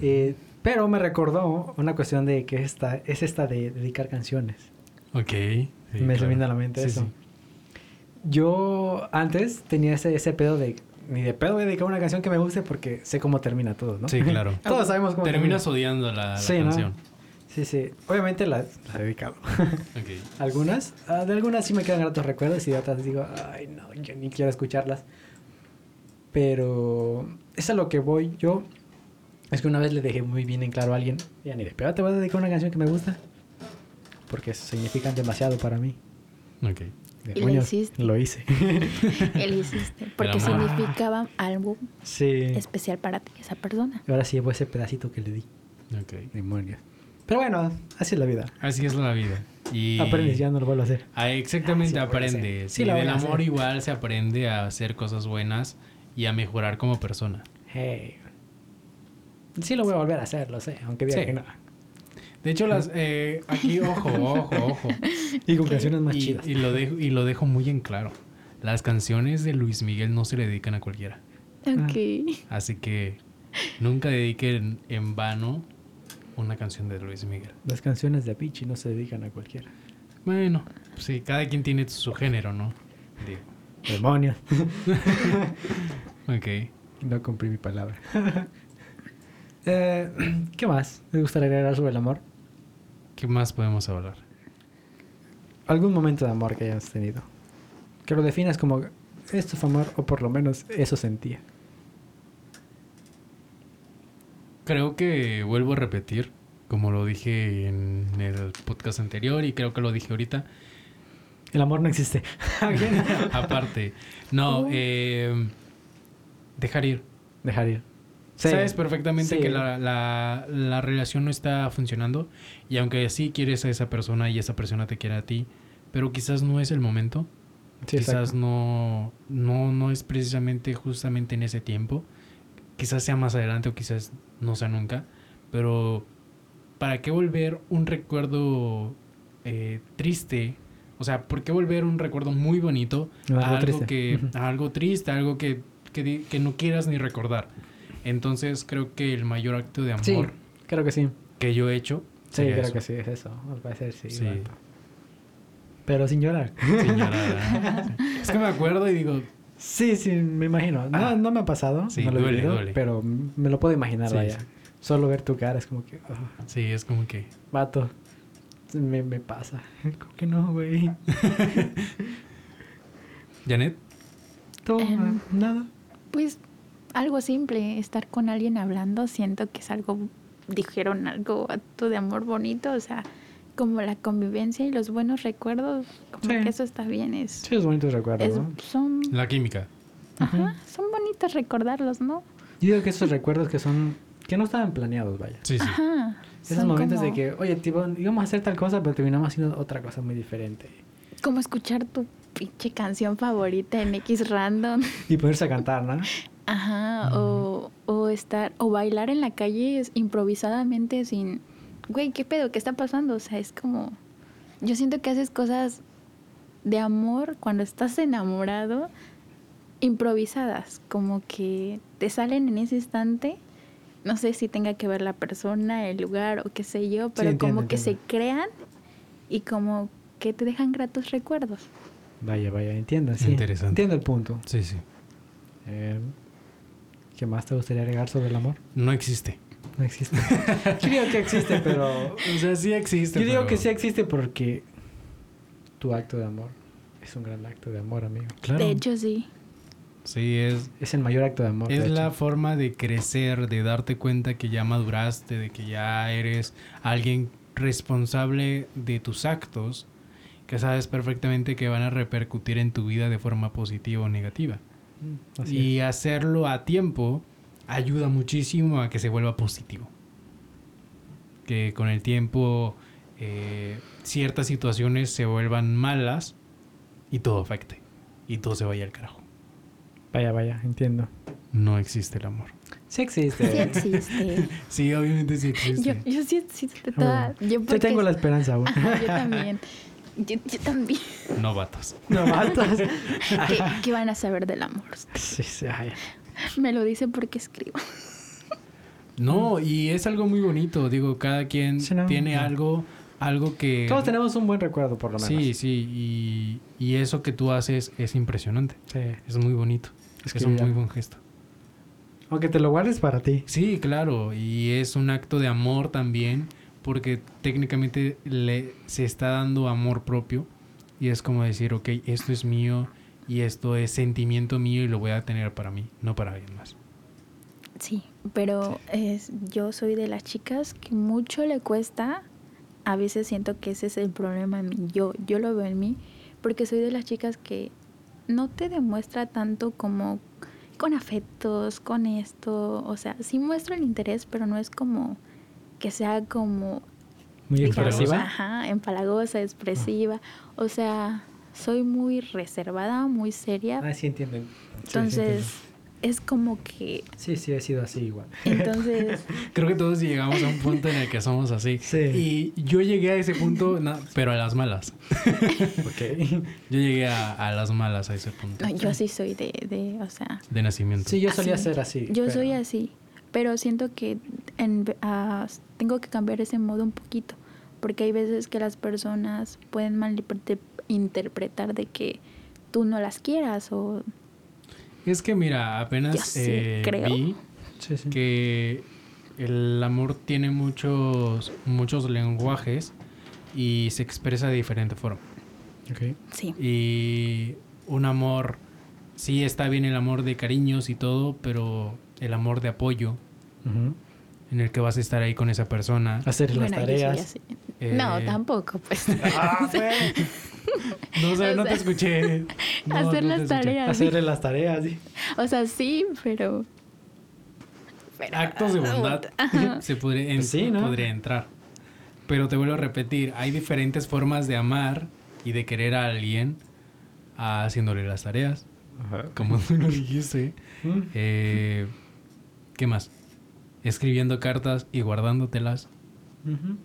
[SPEAKER 2] Eh, pero me recordó una cuestión de que esta, es esta de dedicar canciones.
[SPEAKER 3] Ok. sí,
[SPEAKER 2] me se
[SPEAKER 3] claro.
[SPEAKER 2] viene a la mente
[SPEAKER 3] Sí,
[SPEAKER 2] eso.
[SPEAKER 3] sí.
[SPEAKER 2] Yo antes tenía ese, ese pedo de ni de pedo voy a dedicar una canción que me guste porque sé cómo termina todo, ¿no?
[SPEAKER 3] Sí, claro.
[SPEAKER 2] Todos sabemos cómo
[SPEAKER 3] Terminas
[SPEAKER 2] termina.
[SPEAKER 3] odiando la, la
[SPEAKER 2] Sí, ¿no?
[SPEAKER 3] canción.
[SPEAKER 2] Sí, sí. Obviamente las las he dedicado.
[SPEAKER 3] Ok.
[SPEAKER 2] algunas. ah, de algunas sí me quedan gratos recuerdos y de otras digo, ay, no, yo ni quiero escucharlas. Pero es a lo que voy yo. Es que una vez le dejé muy bien en claro a alguien, ya ni de pedo te voy a dedicar una canción que me gusta. Porque eso significa demasiado para mí.
[SPEAKER 3] Ok.
[SPEAKER 4] Y lo
[SPEAKER 2] Demonios,
[SPEAKER 4] hiciste.
[SPEAKER 2] Lo hice.
[SPEAKER 4] Él hiciste, porque
[SPEAKER 3] amor.
[SPEAKER 4] significaba algo
[SPEAKER 2] Sí.
[SPEAKER 4] especial para ti, esa persona.
[SPEAKER 2] Y ahora sí llevo ese pedacito que le di.
[SPEAKER 3] Ok.
[SPEAKER 2] Demonios. Pero bueno, así es la vida.
[SPEAKER 3] Así es la vida. Y...
[SPEAKER 2] Aprendes, ya no lo vuelvo a hacer.
[SPEAKER 3] Ah, exactamente,
[SPEAKER 2] Sí la voy a
[SPEAKER 3] aprende.
[SPEAKER 2] hacer.
[SPEAKER 3] Sí,
[SPEAKER 2] Sí la voy
[SPEAKER 3] del
[SPEAKER 2] a hacer.
[SPEAKER 3] amor igual se aprende a hacer cosas buenas y a mejorar como persona.
[SPEAKER 2] Hey. Sí lo voy a volver a hacer, lo sé, aunque diga
[SPEAKER 3] Sí.
[SPEAKER 2] que no.
[SPEAKER 3] De hecho, las eh, aquí, ojo, ojo, ojo.
[SPEAKER 2] Y con canciones más
[SPEAKER 3] Y,
[SPEAKER 2] chidas.
[SPEAKER 3] y lo dejo, y lo dejo muy en claro. Las canciones de Luis Miguel no se le dedican a cualquiera.
[SPEAKER 4] Ok.
[SPEAKER 3] Así que nunca dediquen en vano una canción de Luis Miguel.
[SPEAKER 2] Las canciones de Pichi no se dedican a cualquiera.
[SPEAKER 3] Bueno, sí, cada quien tiene su género, ¿no? Digo.
[SPEAKER 2] Demonios.
[SPEAKER 3] Ok.
[SPEAKER 2] no compré mi palabra. Eh, ¿Qué más? ¿Te gustaría agregar sobre el amor?
[SPEAKER 3] ¿Qué más podemos hablar?
[SPEAKER 2] algún momento de amor que hayas tenido. Que lo definas como esto fue amor o por lo menos eso sentía.
[SPEAKER 3] Creo que vuelvo a repetir, como lo dije en el podcast anterior y creo que lo dije ahorita.
[SPEAKER 2] El amor no existe.
[SPEAKER 3] Aparte, no, eh, dejar ir.
[SPEAKER 2] Dejar ir.
[SPEAKER 3] Sí. Sabes perfectamente
[SPEAKER 2] Sí.
[SPEAKER 3] que la, la- la relación no está funcionando y aunque sí quieres a esa persona y esa persona te quiere a ti, pero quizás no es el momento,
[SPEAKER 2] Sí,
[SPEAKER 3] quizás
[SPEAKER 2] exacto.
[SPEAKER 3] no, no, no es precisamente justamente en ese tiempo, quizás sea más adelante o quizás no sea nunca, pero ¿para qué volver un recuerdo eh, triste? O sea, ¿por qué volver un recuerdo muy bonito
[SPEAKER 2] A
[SPEAKER 3] a
[SPEAKER 2] algo
[SPEAKER 3] algo,
[SPEAKER 2] triste.
[SPEAKER 3] que,
[SPEAKER 2] Ujú.
[SPEAKER 3] a algo triste, a algo que, que, di- que no quieras ni recordar? Entonces creo que el mayor acto de amor
[SPEAKER 2] Sí, creo que sí.
[SPEAKER 3] que yo he hecho
[SPEAKER 2] Sí,
[SPEAKER 3] sería
[SPEAKER 2] creo
[SPEAKER 3] eso.
[SPEAKER 2] que sí, es eso. Al parecer sí.
[SPEAKER 3] Sí.
[SPEAKER 2] vato. Pero sin llorar.
[SPEAKER 3] Señora, es que me acuerdo y digo,
[SPEAKER 2] Sí, sí, me imagino. No,
[SPEAKER 3] Ah.
[SPEAKER 2] no me ha pasado.
[SPEAKER 3] Sí,
[SPEAKER 2] no lo he
[SPEAKER 3] duele,
[SPEAKER 2] vivido,
[SPEAKER 3] duele.
[SPEAKER 2] Pero me lo puedo imaginar,
[SPEAKER 3] Sí,
[SPEAKER 2] vaya.
[SPEAKER 3] sí.
[SPEAKER 2] Solo ver tu cara es como que, ah,
[SPEAKER 3] sí, es como que
[SPEAKER 2] vato, me, me pasa. ¿Cómo que no, güey?
[SPEAKER 3] Janet,
[SPEAKER 2] Toma,
[SPEAKER 4] Em.
[SPEAKER 2] nada.
[SPEAKER 4] Pues algo simple, estar con alguien hablando, siento que es algo, dijeron algo, acto de amor bonito, o sea, como la convivencia y los buenos recuerdos, como
[SPEAKER 2] Sí.
[SPEAKER 4] que eso está bien, es,
[SPEAKER 2] Sí, es bonitos recuerdos,
[SPEAKER 4] es-
[SPEAKER 2] ¿no?
[SPEAKER 4] son,
[SPEAKER 3] la química.
[SPEAKER 4] ajá, son bonitos recordarlos, ¿no?
[SPEAKER 2] Yo digo que esos recuerdos que son, que no estaban planeados, vaya.
[SPEAKER 3] Sí, sí.
[SPEAKER 4] Ajá.
[SPEAKER 2] Esos
[SPEAKER 4] son
[SPEAKER 2] momentos de
[SPEAKER 4] como-
[SPEAKER 2] que, oye, tipo, íbamos a hacer tal cosa, pero terminamos haciendo otra cosa muy diferente.
[SPEAKER 4] Como escuchar tu pinche canción favorita en X random.
[SPEAKER 2] Y ponerse a cantar, ¿no?
[SPEAKER 4] Ajá, o, o estar, o bailar en la calle es- improvisadamente sin, güey, ¿qué pedo? ¿Qué está pasando? O sea, es como, yo siento que haces cosas de amor cuando estás enamorado, improvisadas, como que te salen en ese instante, no sé si tenga que ver la persona, el lugar o qué sé yo, pero
[SPEAKER 2] entiendo,
[SPEAKER 4] como que se
[SPEAKER 2] entiendo.
[SPEAKER 4] crean y como que te dejan gratos recuerdos.
[SPEAKER 2] Vaya, vaya, entiendo, sí.
[SPEAKER 3] Interesante.
[SPEAKER 2] Entiendo el punto.
[SPEAKER 3] Sí, sí.
[SPEAKER 2] Eh, ¿Qué más te gustaría agregar sobre el amor?
[SPEAKER 3] No existe.
[SPEAKER 2] No existe. Yo digo que existe, pero.
[SPEAKER 3] O sea, sí existe.
[SPEAKER 2] Yo digo
[SPEAKER 3] pero-
[SPEAKER 2] que sí existe porque tu acto de amor es un gran acto de amor, amigo.
[SPEAKER 3] Claro.
[SPEAKER 4] De hecho, sí.
[SPEAKER 3] Sí, es,
[SPEAKER 2] Es el mayor acto de amor. de
[SPEAKER 3] es
[SPEAKER 2] hecho.
[SPEAKER 3] la forma de crecer, de darte cuenta que ya maduraste, de que ya eres alguien responsable de tus actos, que sabes perfectamente que van a repercutir en tu vida de forma positiva o negativa.
[SPEAKER 2] Mm, Así
[SPEAKER 3] y hacerlo a tiempo ayuda muchísimo a que se vuelva positivo. Que con el tiempo eh, ciertas situaciones se vuelvan malas y todo afecte. Y todo se vaya al carajo.
[SPEAKER 2] es. Vaya, vaya, entiendo.
[SPEAKER 3] No existe el amor.
[SPEAKER 2] Sí existe.
[SPEAKER 4] Sí existe.
[SPEAKER 3] Sí, obviamente sí
[SPEAKER 4] Yo,
[SPEAKER 3] existe.
[SPEAKER 4] yo sí, sí te- toda- yo
[SPEAKER 2] Yo
[SPEAKER 4] porque-
[SPEAKER 2] tengo la esperanza aún.
[SPEAKER 4] Ajá, yo también. Yo, yo también.
[SPEAKER 3] Novatos.
[SPEAKER 2] no matas.
[SPEAKER 4] ¿Qué, qué van a saber del amor?
[SPEAKER 2] sí, sí, ay.
[SPEAKER 4] Me lo dice porque escribo.
[SPEAKER 3] No, y es algo muy bonito. Digo, cada quien
[SPEAKER 2] Sí, no,
[SPEAKER 3] tiene
[SPEAKER 2] no.
[SPEAKER 3] algo, algo que...
[SPEAKER 2] Todos tenemos un buen recuerdo, por lo menos.
[SPEAKER 3] Sí, sí. Y, y eso que tú haces es impresionante.
[SPEAKER 2] Sí.
[SPEAKER 3] Es muy bonito.
[SPEAKER 2] Es
[SPEAKER 3] Es,
[SPEAKER 2] que
[SPEAKER 3] un
[SPEAKER 2] ya-
[SPEAKER 3] muy buen gesto.
[SPEAKER 2] Aunque te lo guardes para ti.
[SPEAKER 3] Sí, claro, y es un acto de amor también, porque técnicamente le, se está dando amor propio y es como decir, ok, esto es mío y esto es sentimiento mío y lo voy a tener para mí, no para alguien más.
[SPEAKER 4] Sí, pero es, yo soy de las chicas que mucho le cuesta. A veces siento que ese es el problema en mí. Yo, yo lo veo en mí porque soy de las chicas que no te demuestra tanto como con afectos, con esto. O sea, sí muestra el interés, pero no es como que sea como
[SPEAKER 2] Muy
[SPEAKER 4] digamos,
[SPEAKER 2] expresiva.
[SPEAKER 4] Ajá, empalagosa, expresiva. O sea, soy muy reservada, muy seria.
[SPEAKER 2] Ah, sí, entiendo. Sí, sí,
[SPEAKER 4] entonces,
[SPEAKER 2] entiendo.
[SPEAKER 4] es como que.
[SPEAKER 2] Sí, sí, he sido así igual.
[SPEAKER 4] Entonces,
[SPEAKER 3] Creo que todos llegamos a un punto en el que somos así.
[SPEAKER 2] Sí.
[SPEAKER 3] Y yo llegué a ese punto, na- pero a las malas.
[SPEAKER 2] ok.
[SPEAKER 3] Yo llegué a, a las malas a ese punto
[SPEAKER 4] no, yo sí soy de, de. O sea,
[SPEAKER 3] de nacimiento.
[SPEAKER 2] Sí, yo solía
[SPEAKER 4] Así.
[SPEAKER 2] ser así.
[SPEAKER 4] yo
[SPEAKER 2] pero-
[SPEAKER 4] soy así. Pero siento que en, ve- ah, tengo que cambiar ese modo un poquito. Porque hay veces que las personas pueden malinterpretar de que tú no las quieras o.
[SPEAKER 3] Es que mira,
[SPEAKER 4] Ya
[SPEAKER 3] apenas
[SPEAKER 4] sé,
[SPEAKER 3] eh,
[SPEAKER 4] creo.
[SPEAKER 3] vi
[SPEAKER 2] Sí, sí.
[SPEAKER 3] que el amor tiene muchos muchos lenguajes y se expresa de diferente forma.
[SPEAKER 2] Ok.
[SPEAKER 4] Sí.
[SPEAKER 3] Y un amor, sí está bien el amor de cariños y todo, pero el amor de apoyo
[SPEAKER 2] Ujú.
[SPEAKER 3] en el que vas a estar ahí con esa persona.
[SPEAKER 2] Hacer las
[SPEAKER 4] Bueno, yo sí,
[SPEAKER 2] tareas.
[SPEAKER 4] yo sí. No,
[SPEAKER 3] Eh,
[SPEAKER 4] tampoco, pues.
[SPEAKER 3] Ah, güey. No sé,
[SPEAKER 4] O
[SPEAKER 3] no te
[SPEAKER 4] sea,
[SPEAKER 3] escuché. No, no
[SPEAKER 4] hacer
[SPEAKER 3] te
[SPEAKER 4] las
[SPEAKER 3] escuché.
[SPEAKER 4] tareas. sí.
[SPEAKER 2] Hacer las tareas, sí.
[SPEAKER 4] O sea, sí, pero. pero-
[SPEAKER 3] Actos de bondad se podría, en-
[SPEAKER 2] Pues sí, ¿no?
[SPEAKER 3] podría entrar. Pero te vuelvo a repetir, hay diferentes formas de amar y de querer a alguien ah, haciéndole las tareas, como tú lo dijiste.
[SPEAKER 2] Mm.
[SPEAKER 3] Eh, ¿Qué más? Escribiendo cartas y guardándotelas,
[SPEAKER 2] Ujú.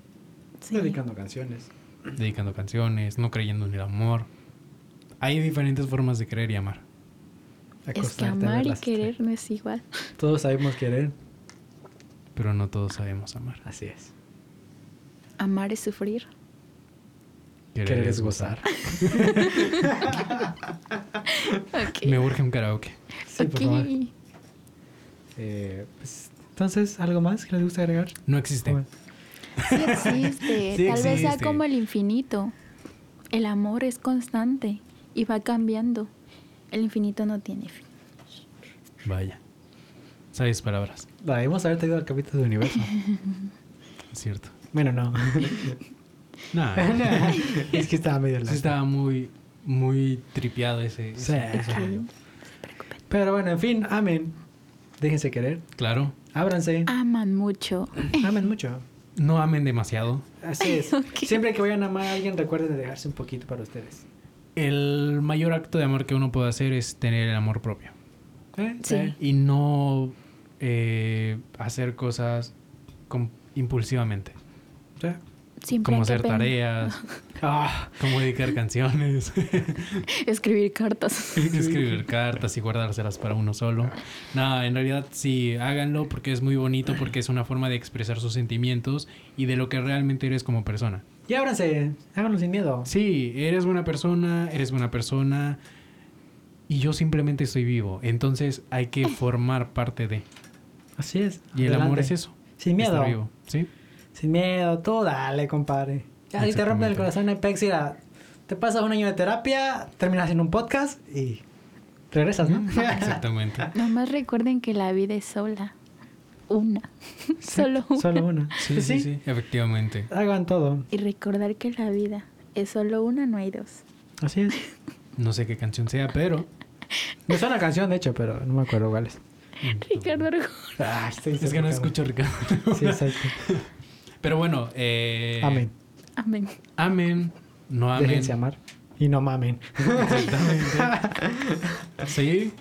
[SPEAKER 4] Sí.
[SPEAKER 2] Dedicando canciones.
[SPEAKER 3] dedicando canciones, no creyendo en el amor. Hay diferentes formas de querer y amar.
[SPEAKER 4] Es
[SPEAKER 2] Acostarte
[SPEAKER 4] que
[SPEAKER 2] a ver
[SPEAKER 4] amar y
[SPEAKER 2] las estrellas.
[SPEAKER 4] querer no es igual.
[SPEAKER 2] Todos sabemos querer.
[SPEAKER 3] Pero no todos sabemos amar.
[SPEAKER 2] Así es.
[SPEAKER 4] Amar es sufrir.
[SPEAKER 2] Querer es gozar.
[SPEAKER 4] Ok.
[SPEAKER 3] Me urge un karaoke.
[SPEAKER 2] Sí, por
[SPEAKER 4] Ok.
[SPEAKER 2] favor. Eh, pues, entonces, ¿algo más que les gusta agregar?
[SPEAKER 3] No existe.
[SPEAKER 2] Joven.
[SPEAKER 4] Sí existe.
[SPEAKER 3] Sí
[SPEAKER 4] Tal vez sea
[SPEAKER 3] existe.
[SPEAKER 4] como el infinito. El amor es constante y va cambiando. El infinito no tiene fin.
[SPEAKER 3] Vaya. Sabes palabras,
[SPEAKER 2] Debemos haber traído al capítulo del universo.
[SPEAKER 3] es cierto.
[SPEAKER 2] bueno, no.
[SPEAKER 3] Nada.
[SPEAKER 2] es que estaba medio largo.
[SPEAKER 3] Sí estaba muy, muy tripeado ese. ese-
[SPEAKER 2] Sí.
[SPEAKER 3] ese rollo.
[SPEAKER 2] Pero bueno, en fin, amen. Déjense querer.
[SPEAKER 3] Claro.
[SPEAKER 2] Ábranse.
[SPEAKER 4] Aman mucho.
[SPEAKER 2] Amen mucho.
[SPEAKER 3] No amen demasiado.
[SPEAKER 2] Así es. Siempre que vayan a amar a alguien, recuerden de dejarse un poquito para ustedes.
[SPEAKER 3] El mayor acto de amor que uno puede hacer es tener el amor propio.
[SPEAKER 2] ¿Eh?
[SPEAKER 4] Sí.
[SPEAKER 2] Eh,
[SPEAKER 3] Y no eh, hacer cosas com- impulsivamente.
[SPEAKER 2] sí.
[SPEAKER 4] Siempre
[SPEAKER 3] Como
[SPEAKER 4] hay que
[SPEAKER 3] hacer
[SPEAKER 4] aprender.
[SPEAKER 3] tareas,
[SPEAKER 2] Ah,
[SPEAKER 3] como dedicar canciones,
[SPEAKER 4] Escribir cartas.
[SPEAKER 3] escribir cartas y guardárselas para uno solo. No, en realidad sí, háganlo porque es muy bonito, porque es una forma de expresar sus sentimientos y de lo que realmente eres como persona.
[SPEAKER 2] y ábranse. Háganlo sin miedo.
[SPEAKER 3] Sí, eres buena persona, eres buena persona. Y yo simplemente estoy vivo. Entonces hay que formar parte de.
[SPEAKER 2] Así es.
[SPEAKER 3] Y el amor
[SPEAKER 2] Adelante.
[SPEAKER 3] es eso.
[SPEAKER 2] Sin miedo.
[SPEAKER 3] estar vivo. Sí.
[SPEAKER 2] Sin miedo. Tú dale, compadre. Ya, si te
[SPEAKER 3] Exactamente.
[SPEAKER 2] rompe el corazón, hay pexira. Te pasas un año de terapia, terminas en un podcast y regresas, ¿no?
[SPEAKER 3] Exactamente.
[SPEAKER 4] Nomás recuerden que la vida es sola. Una. Solo una.
[SPEAKER 2] Solo una.
[SPEAKER 3] Sí, sí, sí. Efectivamente.
[SPEAKER 2] Hagan todo.
[SPEAKER 4] Y recordar que la vida es solo una, no hay dos.
[SPEAKER 2] Así es.
[SPEAKER 3] No sé qué canción sea, pero.
[SPEAKER 2] Me suena la canción, de hecho, pero no me acuerdo cuál es.
[SPEAKER 4] Ricardo Arjona.
[SPEAKER 2] Ah, estoy
[SPEAKER 3] Es que no escucho Ricardo.
[SPEAKER 2] Sí, exacto.
[SPEAKER 3] Pero bueno. Eh,
[SPEAKER 2] Amén.
[SPEAKER 4] Amén.
[SPEAKER 3] Amén. No amén.
[SPEAKER 2] Déjense amar. Y no mamen.
[SPEAKER 3] Sí,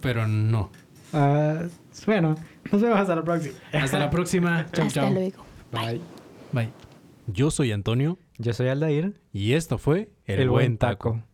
[SPEAKER 3] pero no.
[SPEAKER 2] Ah, bueno, nos vemos hasta la próxima.
[SPEAKER 3] Hasta la próxima. Chau,
[SPEAKER 4] Hasta
[SPEAKER 3] chau.
[SPEAKER 4] luego.
[SPEAKER 2] Bye.
[SPEAKER 3] Bye. Yo soy Antonio
[SPEAKER 2] Yo soy Aldair.
[SPEAKER 3] y esto fue
[SPEAKER 2] El Buen Taco.